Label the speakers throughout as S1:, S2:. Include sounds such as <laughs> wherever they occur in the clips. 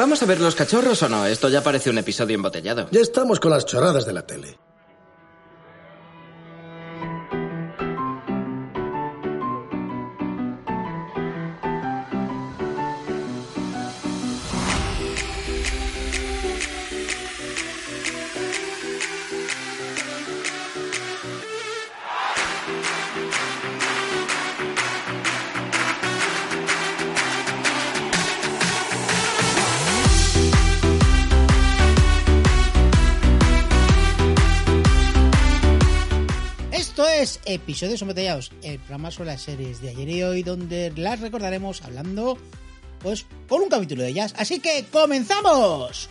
S1: ¿Vamos a ver los cachorros o no? Esto ya parece un episodio embotellado.
S2: Ya estamos con las choradas de la tele.
S3: Esto es Episodios Embotellados, el programa sobre las series de ayer y hoy, donde las recordaremos hablando, pues, por un capítulo de ellas. Así que, ¡comenzamos!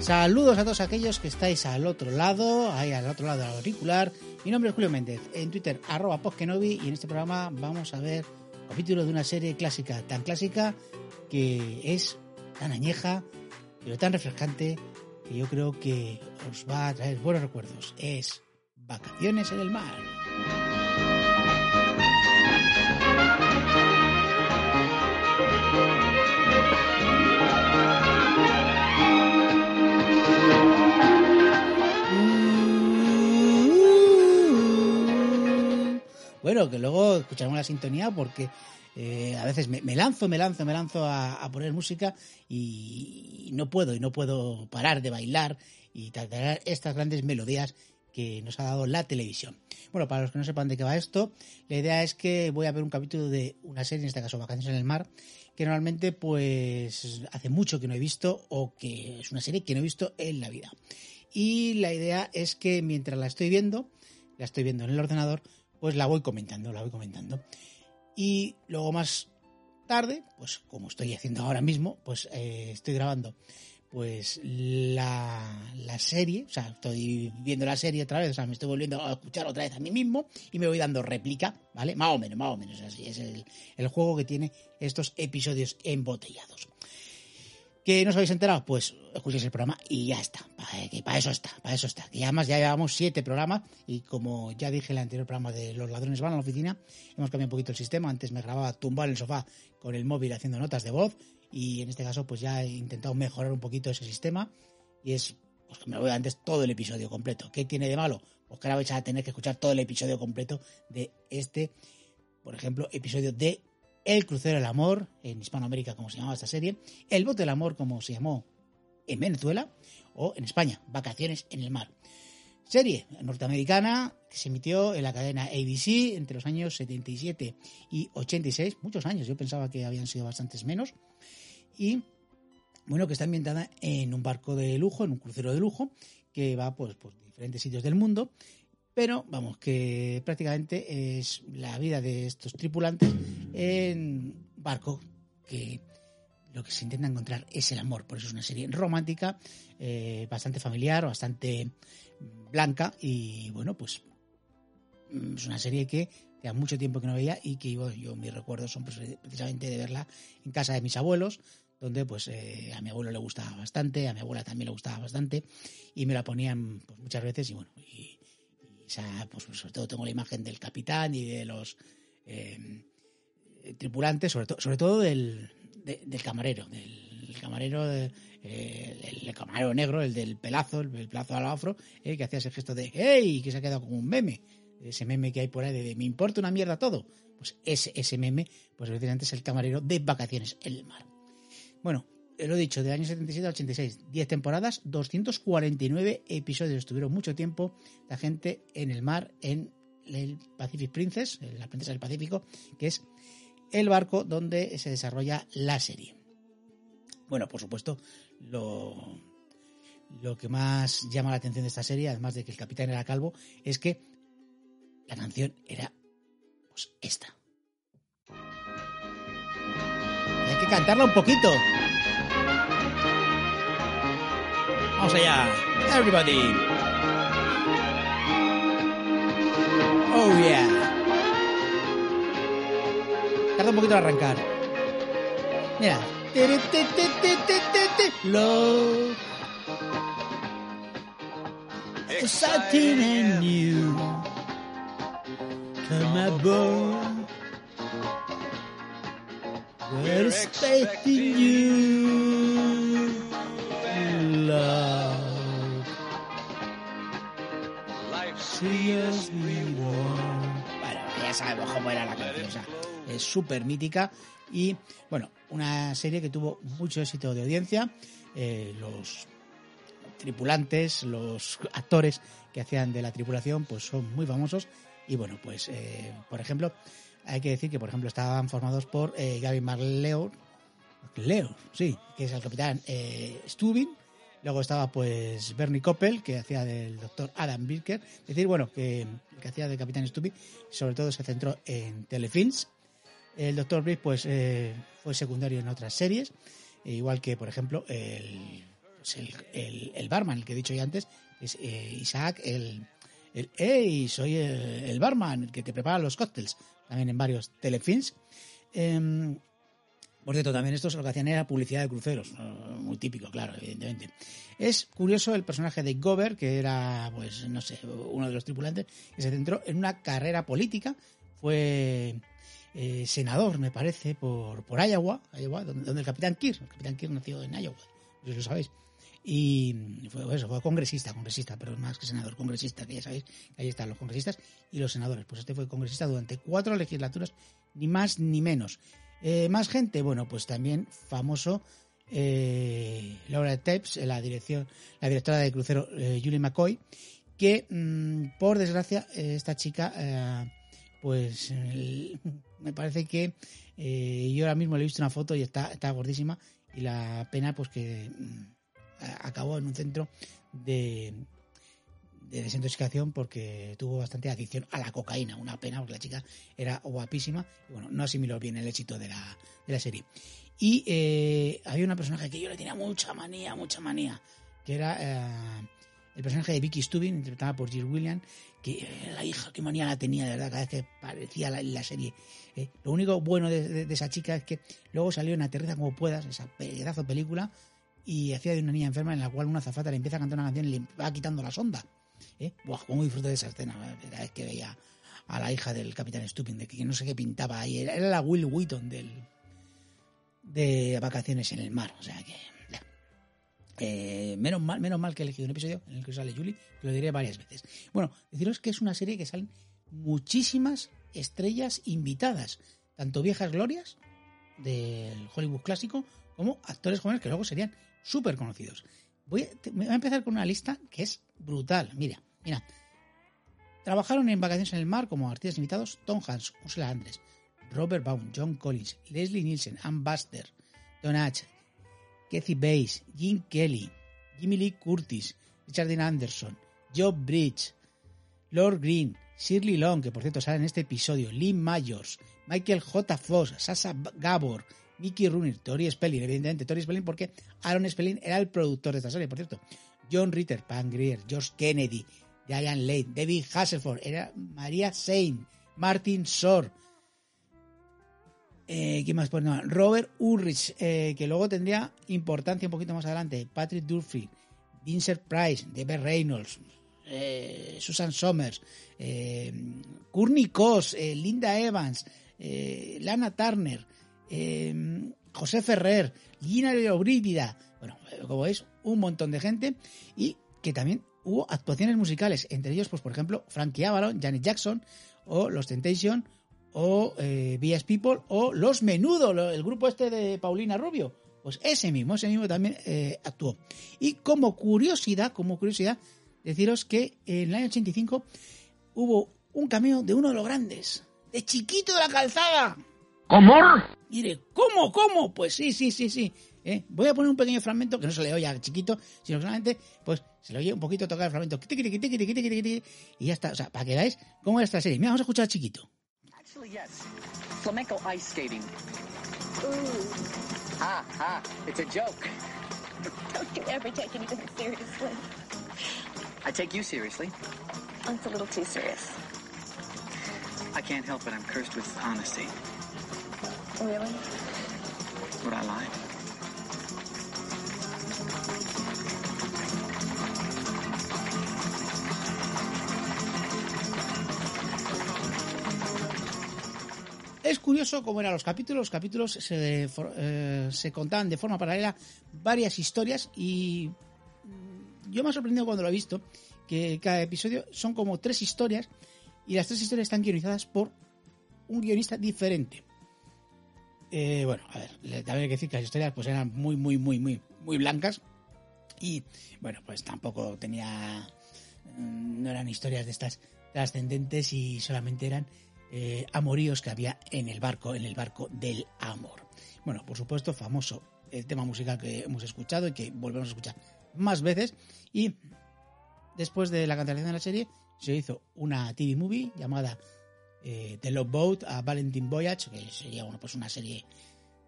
S3: Saludos a todos aquellos que estáis al otro lado, ahí al otro lado del auricular. Mi nombre es Julio Méndez, en Twitter, arroba Poskenovi, y en este programa vamos a ver capítulos de una serie clásica, tan clásica que es tan añeja, pero tan refrescante, que yo creo que os va a traer buenos recuerdos. Es Vacaciones en el Mar. Mm. Bueno, que luego escucharemos la sintonía porque eh, a veces me, me lanzo, me lanzo, me lanzo a, a poner música y, y no puedo, y no puedo parar de bailar y tratar estas grandes melodías que nos ha dado la televisión. Bueno, para los que no sepan de qué va esto, la idea es que voy a ver un capítulo de una serie, en este caso Vacaciones en el Mar, que normalmente pues hace mucho que no he visto o que es una serie que no he visto en la vida. Y la idea es que mientras la estoy viendo, la estoy viendo en el ordenador, pues la voy comentando, la voy comentando. Y luego más tarde, pues como estoy haciendo ahora mismo, pues eh, estoy grabando pues la, la serie, o sea, estoy viendo la serie otra vez, o sea, me estoy volviendo a escuchar otra vez a mí mismo y me voy dando réplica, ¿vale? Más o menos, más o menos, así es el, el juego que tiene estos episodios embotellados. ¿Que no os habéis enterado? Pues escuchéis el programa y ya está. Para eso está, para eso está. Que además ya llevamos siete programas y como ya dije en el anterior programa de Los Ladrones Van a la Oficina, hemos cambiado un poquito el sistema. Antes me grababa tumbado en el sofá con el móvil haciendo notas de voz y en este caso pues ya he intentado mejorar un poquito ese sistema y es pues, que me voy antes todo el episodio completo. ¿Qué tiene de malo? Pues que ahora vais a tener que escuchar todo el episodio completo de este, por ejemplo, episodio de el crucero del amor, en Hispanoamérica como se llamaba esta serie, El bote del amor como se llamó en Venezuela o en España, Vacaciones en el mar. Serie norteamericana que se emitió en la cadena ABC entre los años 77 y 86, muchos años, yo pensaba que habían sido bastantes menos, y bueno, que está ambientada en un barco de lujo, en un crucero de lujo, que va pues por diferentes sitios del mundo, pero vamos, que prácticamente es la vida de estos tripulantes en barco que lo que se intenta encontrar es el amor. Por eso es una serie romántica, eh, bastante familiar, bastante blanca y bueno, pues mm, es una serie que tenía mucho tiempo que no veía y que bueno, yo mis recuerdos son pues, precisamente de verla en casa de mis abuelos, donde pues eh, a mi abuelo le gustaba bastante, a mi abuela también le gustaba bastante y me la ponían pues, muchas veces y bueno, y, y esa, pues, sobre todo tengo la imagen del capitán y de los... eh, eh, tripulantes, sobre, to- sobre todo del, de- del camarero, del el camarero, de- eh, el, el camarero negro, el del pelazo, el, el pelazo al afro, eh, que hacía ese gesto de ¡Hey! que se ha quedado como un meme. Ese meme que hay por ahí de, de, me importa una mierda todo. Pues ese, ese meme, pues precisamente es el camarero de vacaciones en el mar. Bueno, eh, lo he dicho, del año 77 al 86, 10 temporadas, 249 episodios. Estuvieron mucho tiempo la gente en el mar, en el Pacific Princess, en la princesa del Pacífico, que es el barco donde se desarrolla la serie. Bueno, por supuesto, lo, lo que más llama la atención de esta serie, además de que el capitán era calvo, es que la canción era pues esta. Y hay que cantarla un poquito. Vamos allá, everybody. Oh yeah. Tarda un poquito en arrancar. Mira. Tere, te, te, te, te, te, te, Lo. There's something in you. Come aboard. We're expecting you. Love. Serious reward. Bueno, ya sabemos cómo era la canción. o sea, es súper mítica. Y bueno, una serie que tuvo mucho éxito de audiencia. Eh, los tripulantes, los actores que hacían de la tripulación, pues son muy famosos. Y bueno, pues, eh, por ejemplo, hay que decir que, por ejemplo, estaban formados por eh, Gavin McLeod, Leo, sí, que es el capitán eh, Stubin. Luego estaba pues Bernie Coppel, que hacía del doctor Adam Birker. Es decir, bueno, que, que hacía del capitán Stubin, sobre todo se centró en telefilms. El doctor Brick pues eh, fue secundario en otras series, e igual que por ejemplo el, pues, el, el- el barman, el que he dicho ya antes, es eh, Isaac, el, el hey, soy el, el barman, el que te prepara los cócteles, también en varios telefilms. Em, por cierto, también estos lo que hacían era publicidad de cruceros, eh, muy típico, claro, evidentemente. Es curioso el personaje de Gover, que era, pues, no sé, uno de los tripulantes, que se centró en una carrera política, fue eh, senador, me parece, por, por Iowa, Iowa donde, donde el capitán Kirk, el capitán Kirk nació en Iowa, no sé si lo sabéis. Y fue pues eso, fue congresista, congresista, pero más que senador, congresista, que ya sabéis, ahí están los congresistas y los senadores. Pues este fue congresista durante cuatro legislaturas, ni más ni menos. Eh, más gente, bueno, pues también famoso eh, Laura Tepps, eh, la, dirección, la directora de crucero eh, Julie McCoy, que mm, por desgracia eh, esta chica, eh, pues el- me parece que eh, yo ahora mismo le he visto una foto y está, está gordísima y la pena pues que mm, a- acabó en un centro de, de desintoxicación porque tuvo bastante adicción a la cocaína. Una pena porque la chica era guapísima y bueno, no asimiló bien el éxito de la, de la serie. Y eh, había una personaje que yo le tenía mucha manía, mucha manía, que era eh, el personaje de Vicky Stubin, interpretada por Jill Williams, que eh, la hija, qué manía la tenía, de verdad, cada vez que parecía la, la serie. Eh, lo único bueno de, de- de esa chica es que luego salió en Aterriza como puedas, esa pedazo de película, y hacía de una niña enferma en la cual una azafata le empieza a cantar una canción y le va quitando la sonda. ¿eh? Buah, cómo disfruté de esa escena, ¿eh? cada vez que veía a la hija del Capitán Stupin, de que no sé qué pintaba ahí, era, era la Will Wheaton del, de vacaciones en el mar, o sea que... ya. Eh, menos mal menos mal que he elegido un episodio en el que sale Julie, que lo diré varias veces. Bueno, deciros que es una serie que salen muchísimas estrellas invitadas, tanto viejas glorias del Hollywood clásico como actores jóvenes que luego serían súper conocidos. Voy a, te- voy a empezar con una lista que es brutal. Mira, mira. Trabajaron en Vacaciones en el Mar como artistas invitados Tom Hanks, Ursula Andress, Robert Baum, John Collins, Leslie Nielsen, Ann Baxter, Don Hatch, Kathy Bates, Jim Kelly, Jimmy Lee Curtis, Richard Dean Anderson, Joe Bridge, Lord Green, Shirley Long, que por cierto sale en este episodio, Lee Myers, Michael J. Fox, Sasha Gabor, Mickey Rooney, Tori Spelling, evidentemente Tori Spelling, porque Aaron Spelling era el productor de esta serie, por cierto. John Ritter, Pan Greer, George Kennedy, Diane Lane, David Hasselford, era María Sein, Martin Short, eh, ¿Quién más? Pues no, Robert Ulrich, eh, que luego tendría importancia un poquito más adelante. Patrick Duffy, Vincent Price, Debbie Reynolds, eh, Susan Somers, eh, Courtney Cos, eh, Linda Evans, eh, Lana Turner, eh, José Ferrer, Gina Leobrídida. Bueno, eh, como veis, un montón de gente y que también hubo actuaciones musicales, entre ellos, pues por ejemplo, Frankie Avalon, Janet Jackson o Los Temptation o eh, VS People o Los Menudo, lo- el grupo este de Paulina Rubio. Pues ese mismo, ese mismo también eh, actuó. Y como curiosidad, como curiosidad, deciros que en el año 85 hubo un cameo de uno de los grandes, de Chiquito de la Calzada. Y diré, ¿cómo, cómo? Pues sí, sí, sí, sí. ¿eh? Voy a poner un pequeño fragmento que no se le oye al chiquito, sino que solamente pues, se le oye un poquito tocar el fragmento. tiqui, tiqui, tiqui, tiqui, tiqui, tiqui, Y ya está, o sea, para que veáis cómo era esta serie. Mira, vamos a escuchar al chiquito.
S4: Actually, yes. Flamenco ice skating. Ooh. Ha ha. It's a joke.
S5: Don't you ever take anything seriously.
S4: I take you seriously.
S5: It's a little too serious.
S4: I can't help it. I'm cursed with honesty.
S5: Really?
S4: Would I lie?
S3: curioso cómo eran los capítulos. Los capítulos se, de- for- eh, se contaban de forma paralela varias historias y mm, yo me ha sorprendido cuando lo he visto que cada episodio son como tres historias y las tres historias están guionizadas por un guionista diferente. Eh, bueno, a ver, le- también hay que decir que las historias pues eran muy, muy, muy, muy, muy blancas y bueno, pues tampoco tenía mm, no eran historias de estas trascendentes y solamente eran eh, amoríos que había en el barco, en el barco del amor. Bueno, por supuesto, famoso el tema musical que hemos escuchado y que volvemos a escuchar más veces. Y después de la cancelación de la serie, se hizo una TV movie llamada eh, The Love Boat a Valentine Voyage, que sería bueno, pues una serie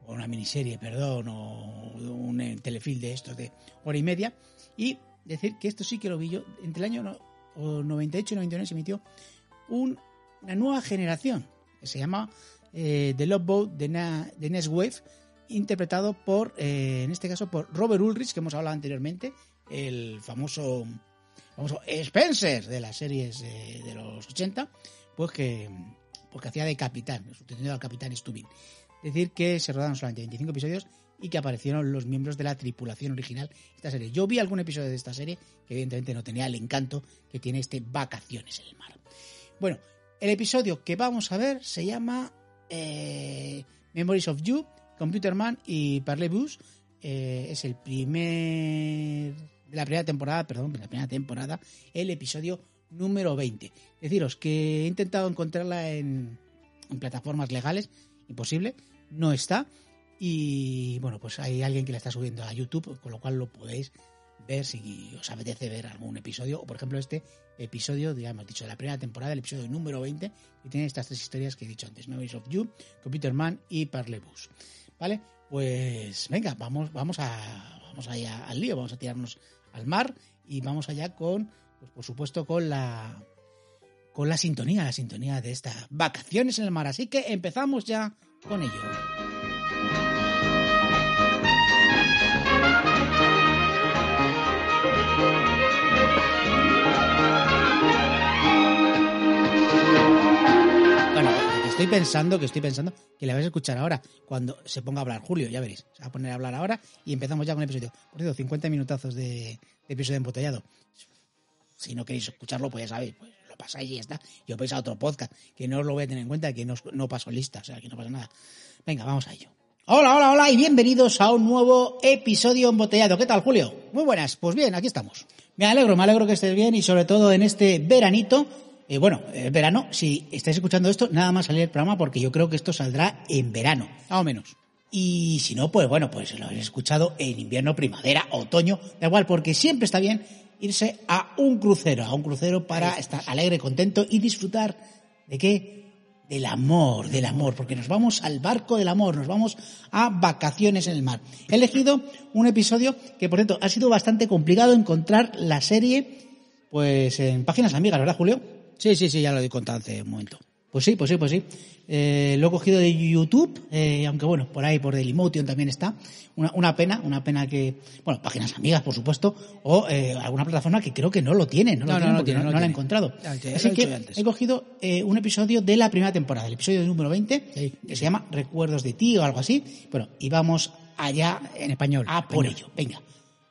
S3: o una miniserie, perdón, o un eh, telefilm de estos de hora y media. Y decir que esto sí que lo vi yo. Entre el año no- o 98 y 99 se emitió un- una nueva generación que se llama eh, The Love Boat de, Na- de Next Wave, interpretado por, eh, en este caso, por Robert Ulrich, que hemos hablado anteriormente, el famoso, famoso Spencer de las series eh, de los 80, pues que, pues que hacía de capitán, sustituyendo al capitán Stubin. Decir que se rodaron solamente 25 episodios y que aparecieron los miembros de la tripulación original de esta serie. Yo vi algún episodio de esta serie que evidentemente no tenía el encanto que tiene este Vacaciones en el mar. Bueno, el episodio que vamos a ver se llama eh, Memories of You, Computer Man y Parlez-Vous. Eh, es el primer de la primera temporada, perdón, de la primera temporada, el episodio número 20. Deciros que he intentado encontrarla en, en plataformas legales, imposible, no está. Y bueno, pues hay alguien que la está subiendo a YouTube, con lo cual lo podéis ver si os apetece ver algún episodio, o por ejemplo este episodio, digamos, dicho de la primera temporada, el episodio número 20, que tiene estas tres historias que he dicho antes, Memories of You, Computer Man y Parlebus. ¿Vale? Pues venga, vamos, vamos a vamos allá al lío, vamos a tirarnos al mar y vamos allá con, pues, por supuesto, con la con la sintonía, la sintonía de estas vacaciones en el mar. Así que empezamos ya con ello. Bueno, que estoy pensando, que estoy pensando que la vais a escuchar ahora, cuando se ponga a hablar Julio, ya veréis. Se va a poner a hablar ahora y empezamos ya con el episodio. Por cierto, 50 minutazos de, de episodio embotellado. Si no queréis escucharlo, pues ya sabéis, pues lo pasáis y ya está. Yo vais a otro podcast, que no os lo voy a tener en cuenta, que no, os- no paso lista, o sea, que no pasa nada. Venga, vamos a ello. Hola, hola, hola y bienvenidos a un nuevo episodio embotellado. ¿Qué tal, Julio? Muy buenas, pues bien, aquí estamos. Me alegro, me alegro que estés bien y sobre todo en este veranito. Eh, bueno, eh, verano, si estáis escuchando esto, nada más salir el programa porque yo creo que esto saldrá en verano, más o menos. Y si no, pues bueno, pues lo habéis escuchado en invierno, primavera, otoño, da igual, porque siempre está bien irse a un crucero, a un crucero para estar alegre, contento y disfrutar de qué? Del amor, del amor, porque nos vamos al barco del amor, nos vamos a vacaciones en el mar. He elegido un episodio que, por cierto, ha sido bastante complicado encontrar la serie, pues en páginas amigas, ¿verdad, Julio? Sí, sí, sí, ya lo he contado hace un momento. Pues sí, pues sí, pues sí. Eh, lo he cogido de YouTube, eh, aunque bueno, por ahí, por Dailymotion también está. Una, una pena, una pena que, bueno, páginas amigas, por supuesto, o eh, alguna plataforma que creo que no lo tiene, no, lo
S6: No, no,
S3: tiene
S6: no
S3: porque
S6: tiene,
S3: no,
S6: no
S3: no la he
S6: tiene.
S3: encontrado.
S6: Ya, ya, ya
S3: Así
S6: lo he
S3: que
S6: dicho antes.
S3: he cogido eh, un episodio de la primera temporada, el episodio número 20, que se llama Recuerdos de ti o algo así. Bueno, y vamos allá en español. A por ello, Ah, venga.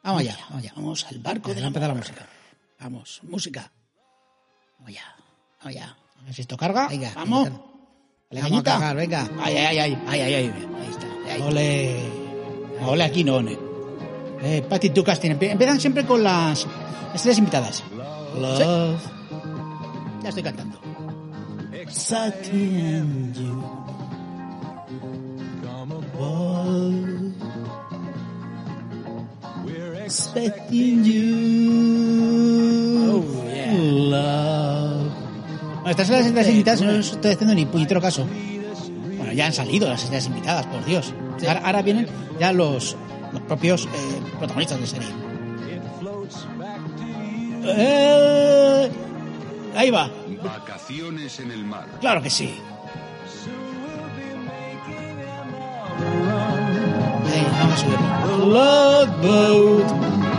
S3: Vamos allá, vamos allá. Vamos al barco de la empezar la música. Vamos, música. Vamos allá, vamos allá. A ver si esto carga.
S6: Venga,
S3: vamos.
S6: venga.
S3: A la
S6: Vamos a
S3: cañita.
S6: cargar, venga.
S3: Ay, ay, ay, ay, ay, ay. Ahí está. Ole. Ole aquí no, ne. Eh, Patti Tucas tiene. Empiezan siempre con las estrellas invitadas. Love. Ya estoy cantando. Satin you. Expecting you. Love. Bueno, estas son las estrellas invitadas, no les estoy haciendo ni puñetero caso. Bueno, ya han salido las estrellas invitadas, por Dios. Ahora, ahora vienen ya los, los propios eh, protagonistas de serie. Eh, ahí va,
S7: Vacaciones en el mar.
S3: claro que sí. Ahí, vamos a subir. Love Boat.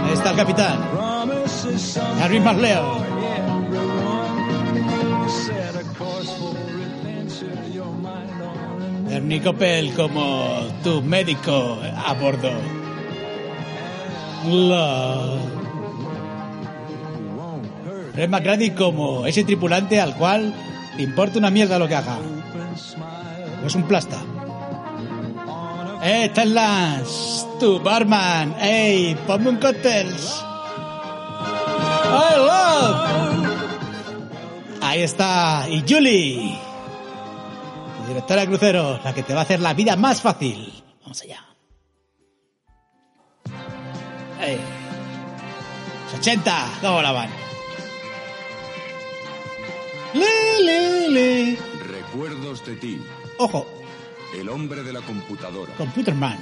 S3: Ahí está el capitán. Darwin Marleo. Nico Pell como tu médico a bordo. Love. Red McCrady como ese tripulante al cual le importa una mierda lo que haga. O es un plasta. ¡Eh, Ted Lance! ¡Tu barman! ¡Ey, ponme un cócteles! ¡I love! Ahí está, y Julie, tu directora de crucero, la que te va a hacer la vida más fácil. Vamos allá. ¡Ey! ¡Los 80! ¿Cómo la van? ¡Le, le, le!
S7: Recuerdos de ti.
S3: Ojo,
S7: El hombre de la computadora.
S3: Computerman.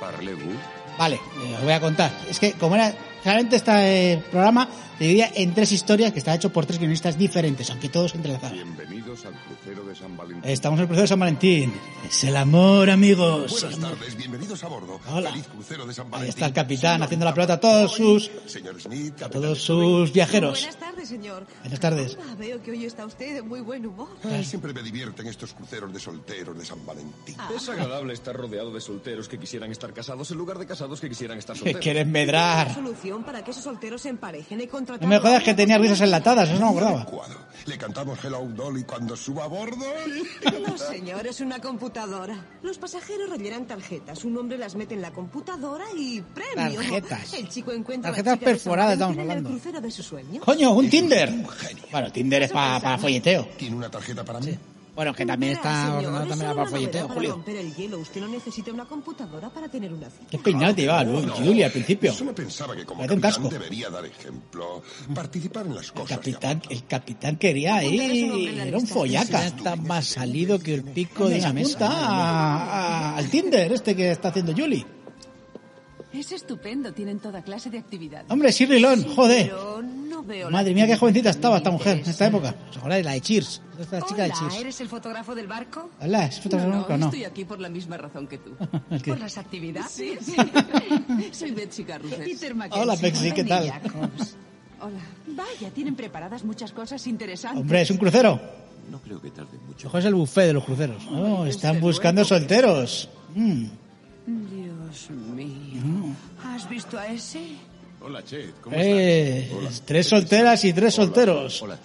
S7: Parlez-vous.
S3: Vale, eh, os voy a contar. Es que, como era, realmente este eh, programa se dividía en tres historias que está hecho por tres guionistas diferentes, aunque todos entrelazados.
S7: Bienvenidos al crucero de San Valentín.
S3: Estamos en el proceso de San Valentín. Es el amor, amigos.
S6: Buenas
S3: el amor.
S6: tardes, bienvenidos a bordo.
S3: Hola.
S6: Feliz crucero de San
S3: Ahí
S6: Valentín.
S3: está el capitán
S6: Señor
S3: haciendo la
S6: Capra.
S3: pelota a todos sus,
S6: Señor Smith,
S3: a
S6: capitán
S3: todos
S6: Smith.
S3: sus viajeros.
S8: Buenas tardes, señor.
S3: Buenas tardes.
S8: Ah, veo que hoy está usted de muy buen humor.
S6: Ay, Siempre me divierten estos cruceros de solteros de San Valentín.
S3: Ah.
S9: Es agradable estar rodeado de solteros que quisieran estar casados en lugar de casados que quisieran estar
S3: <laughs> Que
S9: solteros.
S3: quieren
S8: Una
S3: medrar.
S8: solución para que esos solteros se emparejen y contratar...
S3: No me jodas que tenía risas enlatadas, eso no me acordaba.
S6: Cuadro. Le cantamos Hello Dolly cuando suba a bordo.
S8: No, señor, es una computadora. Los pasajeros rellenan tarjetas, un hombre las mete en la computadora y premio.
S3: Tarjetas.
S8: El chico encuentra a la
S3: Tarjetas
S8: chica de San
S3: perforadas,
S8: Valentín
S3: estamos hablando.
S8: En el crucero de su sueño.
S3: Coño, un Tinder.
S6: genio.
S3: Bueno, Tinder es para folleteo.
S6: ¿Tiene una tarjeta para mí?
S3: Bueno, que también
S8: Verá,
S3: está
S8: señor,
S3: ordenado
S8: es
S3: también
S8: solo
S3: para
S8: una
S3: folleteo,
S8: novedad para
S3: Julio.
S8: romper el hielo, usted no necesita una computadora para tener una cita.
S3: Qué peinado te llevaba, Lu- Julia, al principio.
S6: Solo pensaba que como
S3: Parece un
S6: capitán
S3: casco.
S6: debería dar ejemplo, participar en las
S3: El
S6: cosas. de
S3: capitán,
S6: amor.
S3: el capitán quería ir, era un follaca. Está más salido que el pico de la mesa. al Tinder este que está haciendo Julie.
S10: Es estupendo, tienen toda clase de actividades.
S3: Hombre, Shirley Lon, joder.
S8: Pero no veo la
S3: Madre mía, qué jovencita estaba esta
S8: Me
S3: mujer en esta
S8: interesa.
S3: época. ¿Os acordáis? La de Cheers. Esta chica de
S8: Hola,
S3: Cheers.
S8: ¿eres el fotógrafo del barco?
S3: Hola, ¿es
S10: No, no,
S3: fotógrafo? No.
S10: estoy aquí por la misma razón que tú.
S3: ¿El <laughs> qué?
S10: ¿Por las actividades? <laughs> Soy Betsy Carruthers.
S3: Hola, Pexi, ¿qué tal?
S10: Hola. Vaya, tienen preparadas muchas cosas interesantes.
S3: Hombre, es un crucero.
S9: No creo que tarde mucho.
S3: Ojo, es el buffet de los cruceros. No, están buscando solteros. Mm.
S10: Dios mío.
S8: ¿Has visto a ese?
S7: Hola, Chet. ¿Cómo
S3: Eh, tres solteras y tres solteros.
S7: Hola.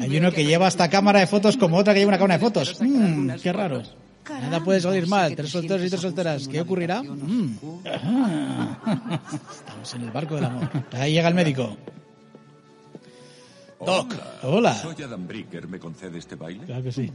S3: Hay uno que lleva hasta cámara de fotos como otra que lleva una cámara de fotos. Mm, qué raro. Nada puede salir mal. Tres solteros y tres solteras. ¿Qué ocurrirá? Mm. Ajá. <laughs> Estamos en el barco del amor. Ahí llega el médico. Doc. Hola.
S7: Soy Adam Bricker. ¿Me concede este baile?
S3: Claro que sí.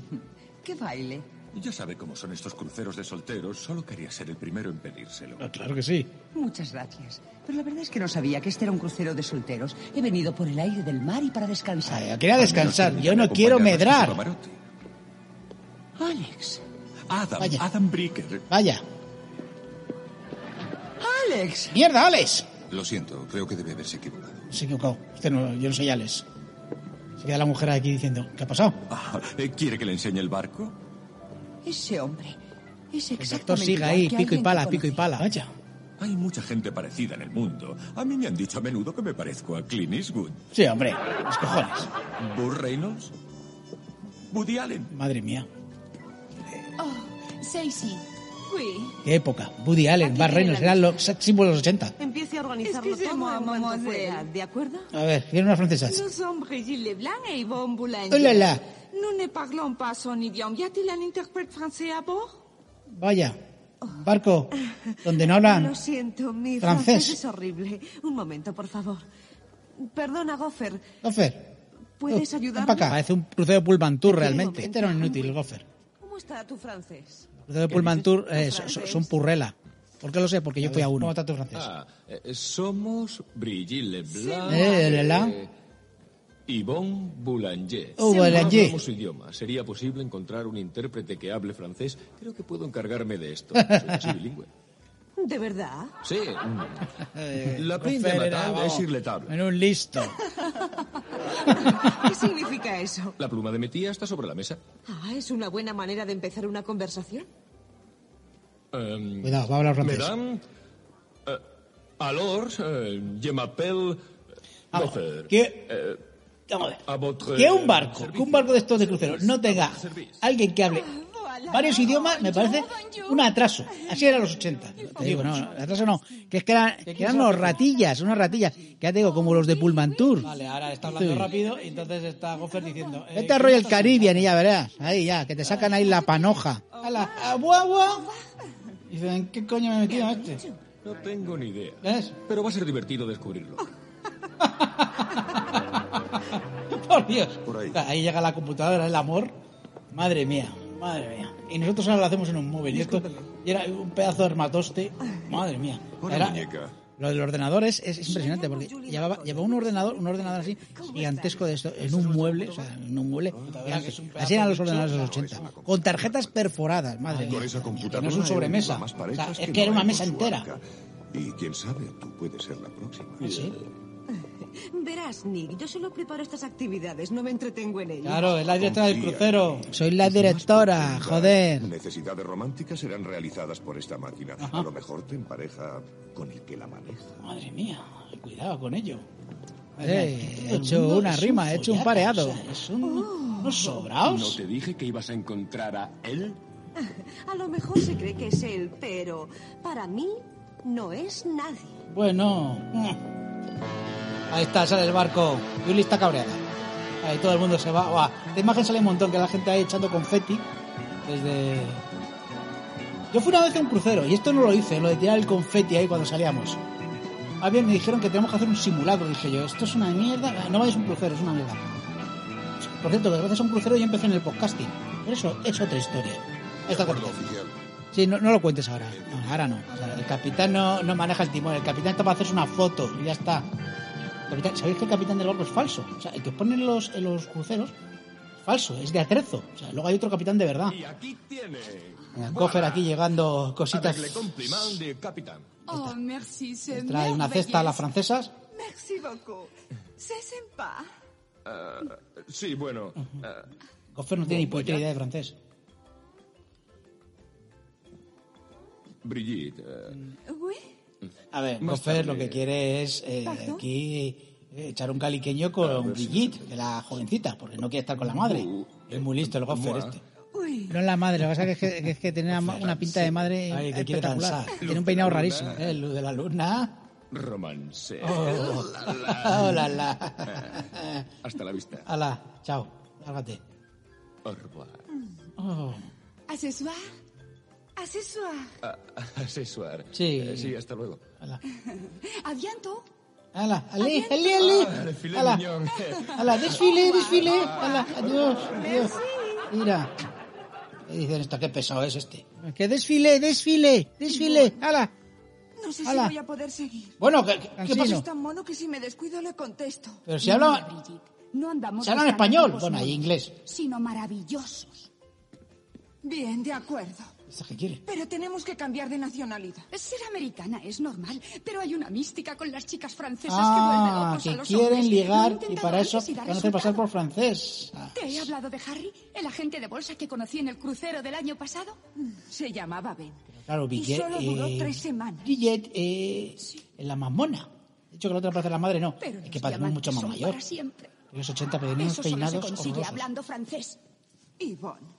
S10: ¿Qué baile?
S7: Ya sabe cómo son estos cruceros de solteros. Solo quería ser el primero en pedírselo.
S3: Ah, Claro que sí.
S10: Muchas gracias. Pero la verdad es que no sabía que este era un crucero de solteros. He venido por el aire del mar y para descansar.
S3: Ay, Quería descansar. Yo no
S7: Acompañarnos
S3: quiero
S7: en su
S3: medrar.
S7: camarote.
S10: Alex.
S7: Adam,
S3: Vaya.
S7: Adam Bricker.
S3: Vaya.
S10: ¡Alex!
S3: Mierda, Alex.
S7: Lo siento, creo que debe haberse equivocado.
S3: Se ha equivocado. Este no, yo no soy Alex. Se queda la mujer aquí diciendo, ¿qué ha pasado?
S7: <laughs> Ah, eh, ¿Quiere que le enseñe el barco?
S10: Ese hombre. Es
S3: El
S10: exactamente
S3: doctor sigue ahí,
S10: igual que
S3: pico y
S10: alguien que
S3: pala, pico y
S10: conocí.
S3: pala. Vaya.
S7: Hay mucha gente parecida en el mundo. A mí me han dicho a menudo que me parezco a Clint Eastwood.
S3: Sí, hombre. Los cojones.
S7: ¿Burr Reynolds? ¿Woody Allen?
S3: Madre mía.
S5: Stacy.
S8: Oh, Uy,
S3: Qué época. Woody Allen, Bar Reynolds, eran los sex símbolos de los 80.
S8: empiece a organizarlo
S10: Es que se
S8: todo en
S10: llama
S8: cuanto
S10: Mademoiselle.
S8: pueda, ¿de acuerdo?
S3: A ver, viene una francesa.
S8: Nous sommes Brigitte Leblanc et Yvonne Boulanger.
S3: Oh là là.
S8: Nous ne parlons pas son idiome. Y a-t-il un intérprete français à bord?
S3: Vaya. Barco donde no hablan.
S8: Lo siento, mi
S3: francés.
S8: francés. es horrible. Un momento, por favor. Perdona, Goffer.
S3: Gofer.
S8: ¿Puedes
S3: uh, ven
S8: ayudarme?
S3: pa' acá. Parece un crucero Pullman Tour realmente.
S8: momento.
S3: Este era un inútil, el Gofer.
S8: ¿Cómo está tu francés?
S3: Crucero Pullman Tour eh, son,
S8: francés.
S3: son purrela. ¿Por qué lo sé? Porque yo fui a uno. ¿Cómo está tu francés?
S9: Ah, eh, somos Brigitte Leblanc
S3: Eh, la, la.
S9: eh, Yvonne Boulanger.
S3: Oh, Boulanger.
S9: No hablamos su idioma. Sería posible encontrar un intérprete que hable francés. Creo que puedo encargarme de esto. Soy casi bilingüe.
S8: ¿De
S3: <laughs>
S8: verdad?
S9: Sí. mm, La
S3: Gofer
S9: prenda
S3: eh, era,
S9: natal
S3: vamos,
S9: es irletable.
S3: en un listo.
S8: ¿Qué significa eso?
S9: La pluma de mi tía está sobre la mesa.
S8: Ah, es una buena manera de empezar una conversación.
S9: Em,
S3: Cuidado, va a hablar francés.
S9: Mesdames,
S7: euh,
S9: eh, alors, eh, je m'appelle
S3: Vamos,
S9: Gofer.
S3: Ah, que-
S9: Eh,
S3: Vamos a ver.
S9: a votre
S3: Que un barco,
S9: servicio.
S3: que un barco de estos de crucero no tenga
S9: servicio.
S3: alguien que hable
S8: varios idiomas me parece un atraso. Así era los 80. Te digo, no, no, atraso no. Que es que eran, que eran unos ratillas, unos ratillas. Que ya te digo, como los de Pullman Tour.
S3: Vale, ahora está hablando
S8: Sí.
S3: rápido y entonces está Gopher diciendo... eh,
S8: Vete a Royal Caribbean y ya verás. Ahí ya, que te sacan ahí la panoja. ¡Hala! ¡Agua, agua!
S3: Y dicen, ¿en qué coño me he metido este?
S7: No tengo ni idea.
S3: ¿Ves?
S7: Pero va a ser divertido descubrirlo.
S3: Ah, <laughs> Por Dios.
S6: Por ahí.
S3: llega la computadora, el amor. Madre mía, madre mía. Y nosotros ahora lo hacemos en un móvil. Y esto y era un pedazo de armatoste. Madre mía.
S11: Pobre
S3: Era,
S11: muñeca.
S8: Lo del ordenador es, es impresionante porque llevaba, llevaba un ordenador, un ordenador así gigantesco de esto en un mueble, o sea, en un mueble. gigante. Así eran los ordenadores de los 80, con tarjetas perforadas, madre mía.
S6: Con esa computadora
S3: no es un
S6: hay
S3: sobremesa.
S6: muchas más parejas
S3: O sea, es que
S6: no
S3: era una
S6: hay
S3: mesa
S6: con su
S3: entera. Ah,
S6: arca. Y quién sabe, tú puedes ser la próxima.
S8: Sí.
S12: Verás, Nick, yo solo preparo estas actividades, no me entretengo en ellas.
S3: Claro, eh. es la directora del
S6: Confía en
S3: crucero.
S8: Soy
S6: Pues
S8: la directora, joder.
S6: Necesidades románticas serán realizadas por esta máquina. A lo mejor te empareja con el que la maneja.
S3: Madre mía, cuidado con ello.
S8: Eh, he
S3: El
S8: hecho
S3: mundo
S8: una
S3: es
S8: rima, he hecho un
S3: follaca,
S8: pareado.
S3: o sea, es un,
S10: Oh,
S3: unos
S7: ¿No
S3: sobraos.
S7: te dije que ibas a encontrar a él?
S12: A lo mejor se cree que es él, pero para mí no es nadie.
S3: Bueno. mm. Ahí está, sale el barco. Yuli está cabreada. Ahí todo el mundo se va. Buah, La imagen sale un montón, que la gente ahí echando confeti. Desde... Yo fui una vez a un crucero, y esto no lo hice, lo de tirar el confeti ahí cuando salíamos. Ah, bien, me dijeron que tenemos que hacer un simulacro. Dije yo, esto es una mierda. Ah, No vayas a un crucero, es una mierda. Por cierto, que gracias a un crucero yo empecé en el podcasting. Pero eso es otra historia. Esta
S6: Acuerdo
S3: corta.
S6: oficial.
S8: Sí, no, no lo cuentes ahora.
S3: No, ahora no. O sea, el capitán no, no maneja el timón. El capitán está para hacerse una foto y ya está. Capitán- ¿Sabéis que el capitán del barco es falso? O sea, el que ponen los, en los cruceros es falso, es de atrezo. O sea, luego hay otro capitán de verdad.
S7: Y aquí tiene.
S3: El cofre Ah, aquí llegando cositas.
S7: Le compliment de capitán.
S10: Oh, merci, c'est
S3: Trae una cesta a las francesas.
S10: Merci beaucoup. C'est sympa.
S7: Sí, bueno. ah,
S3: El cofre no tiene ni puta idea de francés.
S7: Brigitte. eh,
S10: Oui,
S3: A ver,
S7: Más
S3: Goffer
S7: tarde.
S3: lo que quiere es eh, aquí eh, echar un caliqueño con Brigitte, de la jovencita, porque no quiere estar con la madre.
S7: Uh,
S3: Es muy listo el Goffer
S7: moi.
S3: este.
S10: oui.
S8: No es la madre, lo que pasa es que, que es que tenía ma- una pinta de madre
S3: Ay, que quiere
S8: espectacular.
S3: danzar.
S8: Tiene un peinado rarísimo.
S3: Eh, luz de la luna.
S7: romance.
S3: Oh, <laughs> hola, <laughs> hola.
S7: eh, Hasta la vista.
S3: Hola, chao, lárgate.
S7: Au revoir.
S3: Oh,
S10: À ce soir. À ce soir.
S7: Ah, <laughs> Asesor.
S3: Sí.
S7: Eh, sí, hasta
S3: <laughs>
S7: luego.
S3: hola.
S10: À bientôt.
S3: Hola, ali, ali, ali.
S7: Filet
S3: Hola, <laughs>
S7: Ah, mignon.
S3: hola, desfile, desfile. Hola, adiós, adiós. Mira. ¿Qué dicen esto? Qué pesado es este.
S8: Que desfile, desfile, desfile. ¡Hala!
S10: No sé
S8: Hola.
S10: si voy a poder seguir.
S3: Bueno, ¿qué, qué- qué
S8: Cansino.
S3: pasa?
S10: Es tan mono que si me descuido le contesto.
S3: Pero si habla-
S10: Mira, Brigitte, no andamos
S3: se habla en
S10: buscando
S3: español.
S10: tipos
S3: Bueno, y
S10: monos,
S3: inglés.
S10: Sino maravillosos. Bien, de acuerdo.
S3: ¿Esta qué quiere?
S10: Pero tenemos que cambiar de nacionalidad. Eh, Ser americana es normal, pero hay una mística con las chicas francesas
S3: Ah,
S10: que
S3: que
S10: vuelven locos a los
S3: quieren
S10: hombres. ¿eh? Lo he
S3: ligar y
S10: intentado
S3: para eso
S10: antes y da
S3: van a hacer pasar por
S10: resultado.
S3: francés. Ah,
S10: ¿Te he hablado de Harry, el agente de bolsa que conocí en el crucero del año pasado? Mm, Se llamaba Ben.
S3: Claro, Bridget.
S10: solo duró
S3: eh,
S10: tres semanas.
S3: Bridget, eh, en la mamona. De hecho, que la otra parece la madre, no.
S10: Pero
S3: Es
S10: los
S3: que Padre es mucho
S10: diamantes
S3: más
S10: son
S3: mayor.
S10: Para siempre.
S3: En los 80 pedimos
S10: Eso solo se
S3: peinados
S10: consigue
S3: horrorosos.
S10: hablando francés.
S13: Yvonne,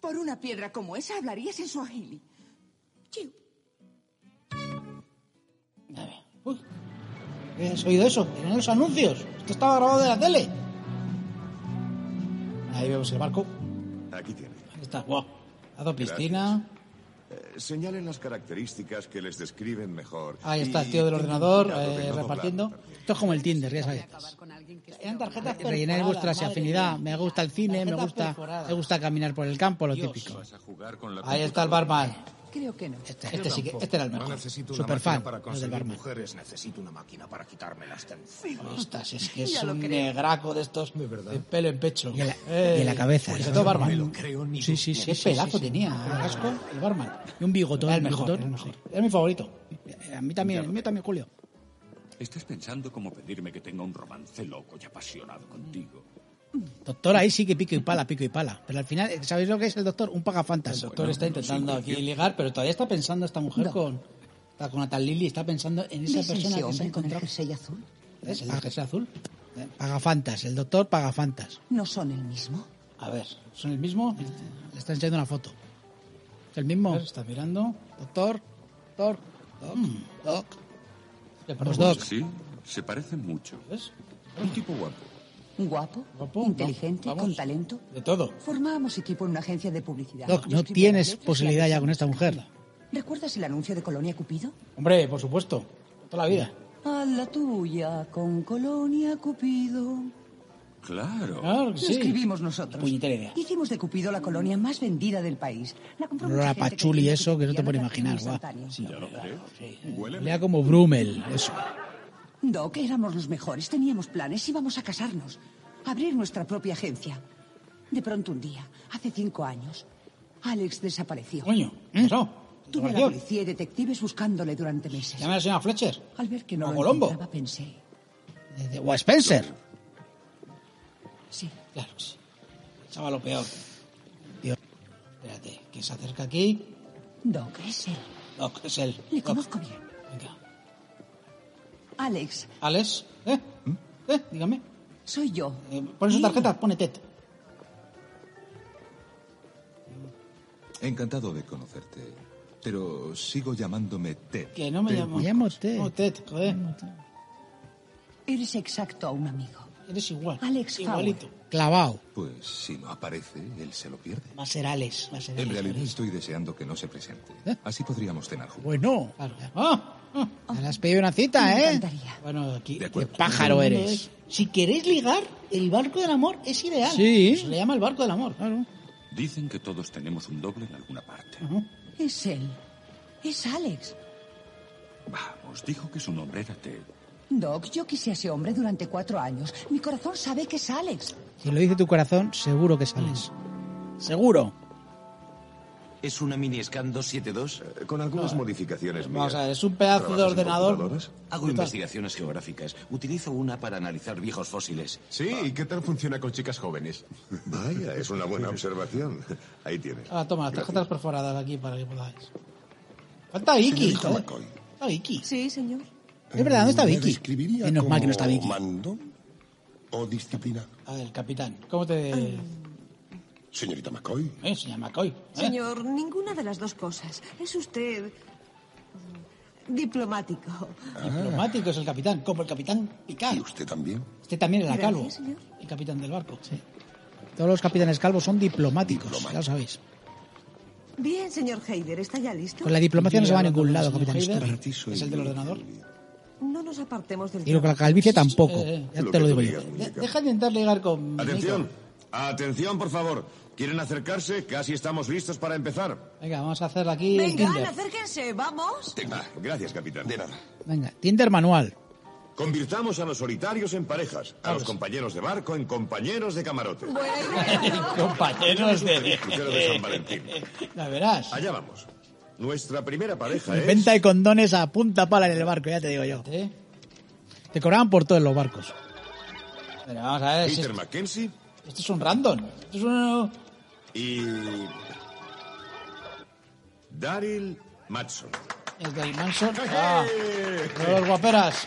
S13: por una piedra como esa hablarías en Swahili.
S10: Chiu.
S3: A ver. Uy. ¿Has oído eso? Eran los anuncios. Esto estaba grabado de la tele. Ahí vemos el barco.
S6: Aquí tiene.
S3: Ahí está. Guau. Ha dado piscina.
S6: Eh, señalen las características que les describen mejor.
S3: Ahí está
S6: Y
S3: el tío del
S6: tengan
S3: ordenador
S6: cuidado de
S3: eh,
S6: no
S3: repartiendo.
S6: doblar.
S8: Esto es como el Tinder, ya sabéis.
S3: Eran tarjetas
S8: Rellenáis
S3: perforadas,
S8: vuestras
S3: madre
S8: afinidad.
S3: mía.
S8: Me gusta el cine, me
S3: Tarjetas
S8: gusta,
S3: perforadas.
S8: me gusta caminar por el campo, lo
S3: Dios.
S8: típico.
S11: Vas a jugar con la
S3: Ahí está el barman.
S13: Creo que no.
S8: Este, este sí que, este era el mejor. Superfan, los del barman.
S14: mujeres, necesito una máquina para quitarme las
S3: Ostras, es que es un negraco de estos. De pelo en pecho. Eh, pues
S8: Y en la- y en la cabeza,
S3: Sobre
S8: ¿no?
S3: todo barman.
S8: Sí, sí, sí.
S3: Qué
S8: sí,
S3: pelazo
S8: sí, sí.
S3: tenía el casco el barman.
S8: Y un bigotón.
S3: Era el
S8: un
S3: mejor, era
S8: bigotón.
S3: el mejor. Era mi favorito.
S8: Sí. A mí también, a mí también, Julio.
S11: Estás pensando cómo pedirme que tenga un romance loco y apasionado contigo.
S8: Doctor, ahí sí que pico y pala, pico y pala. Pero al final, ¿sabéis lo que es el doctor? Un pagafantas.
S3: El doctor está intentando aquí ligar, pero todavía está pensando esta mujer con, está con la tal Lily, está pensando en esa
S15: ¿Ves ese
S3: persona que se ha
S15: hombre con el
S3: encontrado.
S15: jersey azul?
S3: ¿Ves? La jersey azul.
S8: Ah. Pagafantas, el doctor pagafantas.
S15: ¿No son el mismo?
S3: A ver, ¿son el mismo?
S8: Le está enseñando una foto.
S3: El mismo.
S16: Estás mirando. Doctor. Doctor. Doc. Doc. Le
S3: ponemos Doc.
S7: Sí, se parece mucho.
S3: ¿Ves?
S7: Un tipo guapo.
S10: Guapo, inteligente, con talento.
S3: De todo.
S10: Formábamos equipo en una agencia de publicidad.
S3: Doc,
S10: Yo
S3: no
S10: escribía
S3: tienes
S10: las letras y
S3: posibilidad
S10: las-
S3: ya con esta mujer.
S10: ¿Recuerdas el anuncio de Colonia Cupido?
S3: Hombre, por supuesto. Toda la vida.
S10: A la tuya con Colonia Cupido.
S7: Claro.
S3: Claro
S10: Lo
S3: que sí.
S10: escribimos nosotros.
S3: Puñetera idea.
S10: Hicimos de Cupido la colonia más vendida del país. La compró mucha gente que
S3: Rapachuli,
S10: tenía
S3: eso que no te
S10: cotidiana
S3: puedes
S10: atracción
S3: imaginar. guau.
S10: instantánea.
S3: Sí,
S7: ¿Eh? Huele.
S3: Lea como Brummel, eso.
S10: Doc, éramos los mejores, teníamos planes, íbamos a casarnos, a abrir nuestra propia agencia. De pronto un día, hace cinco años, Alex desapareció.
S3: Coño, eso.
S10: Tuve a la
S3: desapareció.
S10: policía y detectives buscándole durante meses.
S3: Llama a la señora Fletcher.
S10: Al ver que no
S3: O
S10: lo
S3: Colombo.
S10: encontraba, pensé,
S3: Eh, O a Spencer.
S10: sí,
S3: Claro que sí. Chaval, lo peor. Dios. Espérate, que se acerca aquí.
S10: Doc, es él.
S3: Doc, es él.
S10: Le
S3: Doc.
S10: conozco bien.
S3: Venga.
S10: Alex,
S3: Alex, ¿eh? ¿Eh? Dígame.
S10: soy yo.
S3: Eh, Pon su tarjeta, pone TET.
S7: Encantado de conocerte. Pero sigo llamándome Ted.
S3: Que no me
S7: Ted
S3: llamo.
S7: Wilcox.
S3: llamo TET. No, TET, joder.
S10: Eres exacto a un amigo.
S3: Eres igual.
S10: Alex
S3: Igualito. Clavado.
S7: Pues si no aparece, él se lo pierde.
S3: Va a ser Alex. Va a ser
S7: En
S3: Alex.
S7: realidad estoy deseando que no se presente.
S3: ¿Eh?
S7: Así podríamos cenar juntos.
S3: Bueno. Ah, ah, ya le has pedido una cita,
S10: Me
S3: ¿eh?
S10: encantaría.
S3: Bueno, aquí,
S7: De
S3: qué
S7: acuerdo.
S3: pájaro
S7: Sí,
S3: eres. Si queréis ligar, el barco del amor es ideal.
S7: Sí.
S3: Se le llama el barco del amor. Claro.
S7: Dicen que todos tenemos un doble en alguna parte.
S10: Es él. Es Alex.
S7: Vamos, dijo que su nombre era Ted.
S10: Doc, yo quise a ese hombre durante cuatro años. Mi corazón sabe que es Alex.
S3: Si lo dice tu corazón, seguro que sales. Mm. Seguro.
S17: ¿Es una mini Scan 272?
S6: Eh,
S18: Con algunas modificaciones
S3: Vamos
S18: mías.
S3: a ver, es un pedazo de
S18: ¿Trabajas en
S3: ordenador. Ah,
S18: computadoras?
S17: Hago investigaciones geográficas. Utilizo una para analizar viejos fósiles.
S6: Sí, ¿y qué tal funciona con chicas jóvenes?
S18: Vaya, es una
S6: <laughs>
S18: buena observación. Ahí tienes.
S3: Ahora Ah, toma las tarjetas perforadas aquí para que podáis. Falta Vicky.
S19: Señorita
S3: joder.
S19: McCoy.
S3: Está Vicky.
S20: Sí, señor.
S3: Es verdad, ¿dónde está
S19: Eh, ¿Me
S3: Vicky?
S19: describiría
S3: Menos mal que
S19: como
S3: no está Vicky.
S19: mando o disciplina?
S3: A ver, capitán. ¿Cómo te.
S19: Señorita McCoy,
S3: Eh, señor McCoy. eh?
S20: Señor, ninguna de las dos cosas. Es usted mm, diplomático.
S3: Diplomático es el capitán, como el capitán Picard.
S19: Ah. usted también.
S3: Usted también era calvo,
S20: Gracias, señor.
S3: el capitán del barco. Todos los capitanes calvos son diplomáticos, ya lo sabéis.
S20: Bien, señor Heider, ¿está ya listo?
S3: Con la diplomacia no se va a ningún lado, capitán.
S19: Heider.
S3: Stewart. Es el del ordenador.
S20: No nos apartemos del
S3: Y lo que la
S20: tema.
S3: calvicie tampoco.
S19: Eh, eh.
S3: Ya
S19: Lo que
S3: te lo
S19: tú
S3: digo yo.
S19: digas,
S3: De-
S19: muñeca.
S3: Deja de intentar ligar con. Nico.
S6: Atención, atención, por favor. ¿Quieren acercarse? Casi estamos listos para empezar.
S3: Venga, vamos a hacer aquí el
S20: Vengan,
S3: Tinder.
S20: acérquense, vamos.
S6: Ah, gracias, capitán. De nada.
S3: Venga, Tinder manual.
S6: Convirtamos a los solitarios en parejas, a los compañeros de barco en compañeros de camarote.
S3: Compañeros
S6: El
S3: de.
S6: crucero de San <laughs> Valentín.
S3: La verás.
S6: Allá vamos. Nuestra primera pareja es...
S3: Venta de condones a punta pala en el barco, ya te digo yo. Te cobraban por todos los barcos. Pero vamos a ver. si
S6: Peter
S3: esto,
S6: Mackenzie
S3: esto es un random. Esto es un.
S6: y... Daryl Matson.
S3: Es de Manson. Ah, todos los guaperas.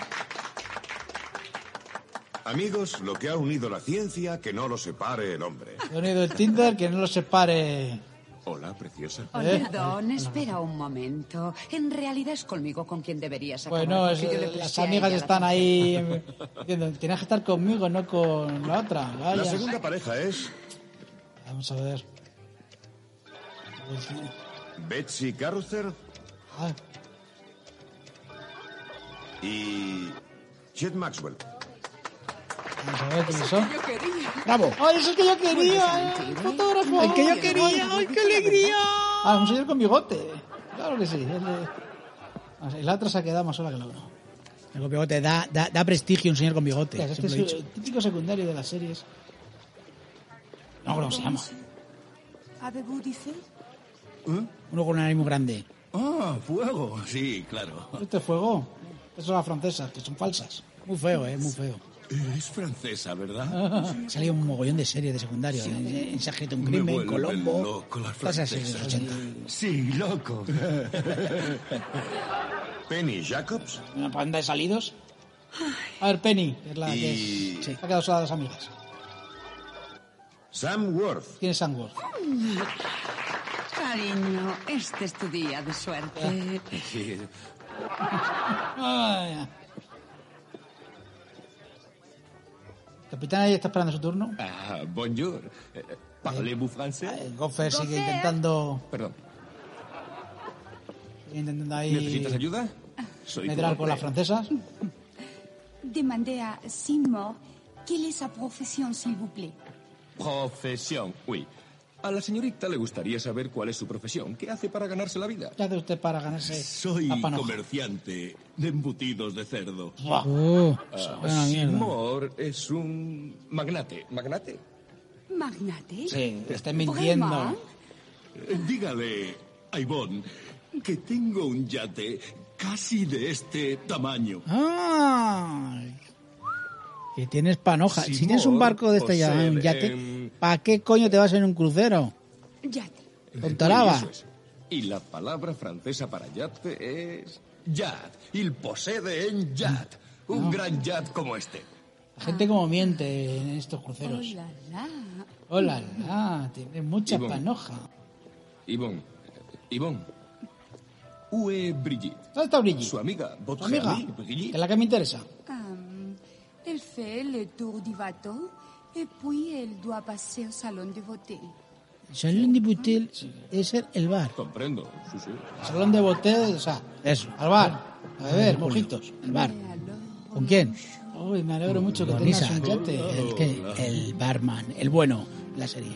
S6: Amigos, lo que ha unido la ciencia, que no lo separe el hombre.
S3: He unido el Tinder, que no lo separe.
S6: Hola, preciosa.
S21: Oh,
S3: ¿Eh?
S21: perdón, espera un momento. En realidad es conmigo con quien deberías acabar.
S3: Bueno, es-
S21: porque yo le
S3: las
S21: presté a
S3: amigas
S21: ella la
S3: están
S21: tarjeta. <laughs>
S3: ahí eh, diciendo, tienes que estar conmigo, no con la otra. Vaya.
S6: La segunda pareja es
S3: Vamos a ver.
S6: Betsy Carruthers
S3: Ah,
S6: y Chet Maxwell.
S3: vamos a ver quiénes son.
S22: Yo quería.
S3: ¡Bravo! ¡Ay, eso es que yo quería!
S22: Buenas
S3: eh,
S22: noches.
S3: ¡Fotógrafo!
S22: El que yo quería,
S3: ¡Ay, qué alegría! Ah, un señor con bigote. Claro que sí. el de- Ah, O sea, Y la otra se ha quedado más sola que la otra.
S16: El con bigote da, da, da prestigio un señor con bigote.
S3: Hostias, Este
S16: siempre
S3: es
S16: lo he dicho.
S3: el típico secundario de las series. No, ¿cómo se llama?
S20: ¿Habebú dice?
S3: ¿Eh?
S16: Uno con un ánimo grande.
S7: Ah, fuego. Sí, claro.
S3: Este fuego. Estas son las francesas, que son falsas.
S16: Muy feo, ¿eh? Muy feo.
S7: Es francesa, ¿verdad?
S3: Ah,
S16: Salía un mogollón de series de secundario.
S3: ¿eh?
S16: En, en Sargento un crimen,
S7: vuelven
S16: Colombo.
S7: loco las
S16: Cosas así de los
S7: francesas.
S16: 80.
S23: <laughs>
S7: Sí, loco.
S6: Penny Jacobs
S3: Una panda de salidos. A ver, Penny, que es la que
S6: Y-
S3: es- se ha quedado sola de las amigas.
S6: Sam Worth.
S3: Tiene Sandworth.
S21: Ah,
S20: Cariño, este es tu día de suerte.
S7: Sí.
S3: Ay. Capitán ahí está esperando su turno. Ah,
S7: Ah, bonjour. Eh, Ah, Parlez-vous français?
S3: Goffer sigue intentando,
S7: Perdón.
S3: sigue intentando ahí
S7: ¿Necesitas ayuda? Soy tu
S3: medrar con
S7: hombre.
S3: las francesas.
S20: Demandé a Seymour quelle est sa profesión, s'il vous plaît.
S7: Profesión, oui. A la señorita le gustaría saber cuál es su profesión. ¿Qué hace para ganarse la vida?
S3: ¿Qué hace usted para ganarse
S7: Soy
S3: la panoja?
S7: comerciante de embutidos de cerdo.
S3: Buah. Uh,
S7: Ah,
S3: buena mierda.
S7: Seymour es un magnate. ¿Magnate?
S20: Magnate.
S3: Sí, te estás mintiendo.
S20: Vraiment?
S7: Eh, Dígale a Ivonne que tengo un yate casi de este tamaño.
S3: Ah, que tienes panoja. si
S7: Simón
S3: tienes un barco de este ya,
S7: posee,
S3: un yate,
S7: em,
S3: ¿para qué coño te vas en un crucero?
S20: Yate.
S3: Con Taraba.
S7: Eso es. Y la palabra francesa para yate es yat. Il posee en yat.
S3: Ah.
S7: Un gran yat como este.
S3: La gente como miente en estos cruceros.
S20: Oh, La, la.
S3: Hola, hola, tienes mucha
S7: Ivonne.
S3: panoja.
S7: Ivonne, eh, Ivonne. Où est Brigitte?
S3: ¿Dónde está Brigitte?
S7: Su amiga, pues, votre
S3: Amiga,
S7: amie,
S3: que
S7: Brigitte.
S3: es la que me interesa.
S20: Um, elle fait le tour du bateau et puis elle doit passer au salon de beauté.
S3: Salón de Botel es el- el bar.
S7: Comprendo, sí, sí.
S3: Salón de Botel, o sea, eso, al bar. A beber, mojitos, al bar. ¿Con quién? Uy, me alegro mucho que
S24: Con
S3: tengas
S24: Lisa.
S3: un yate. El, que- el barman, el bueno, la serie.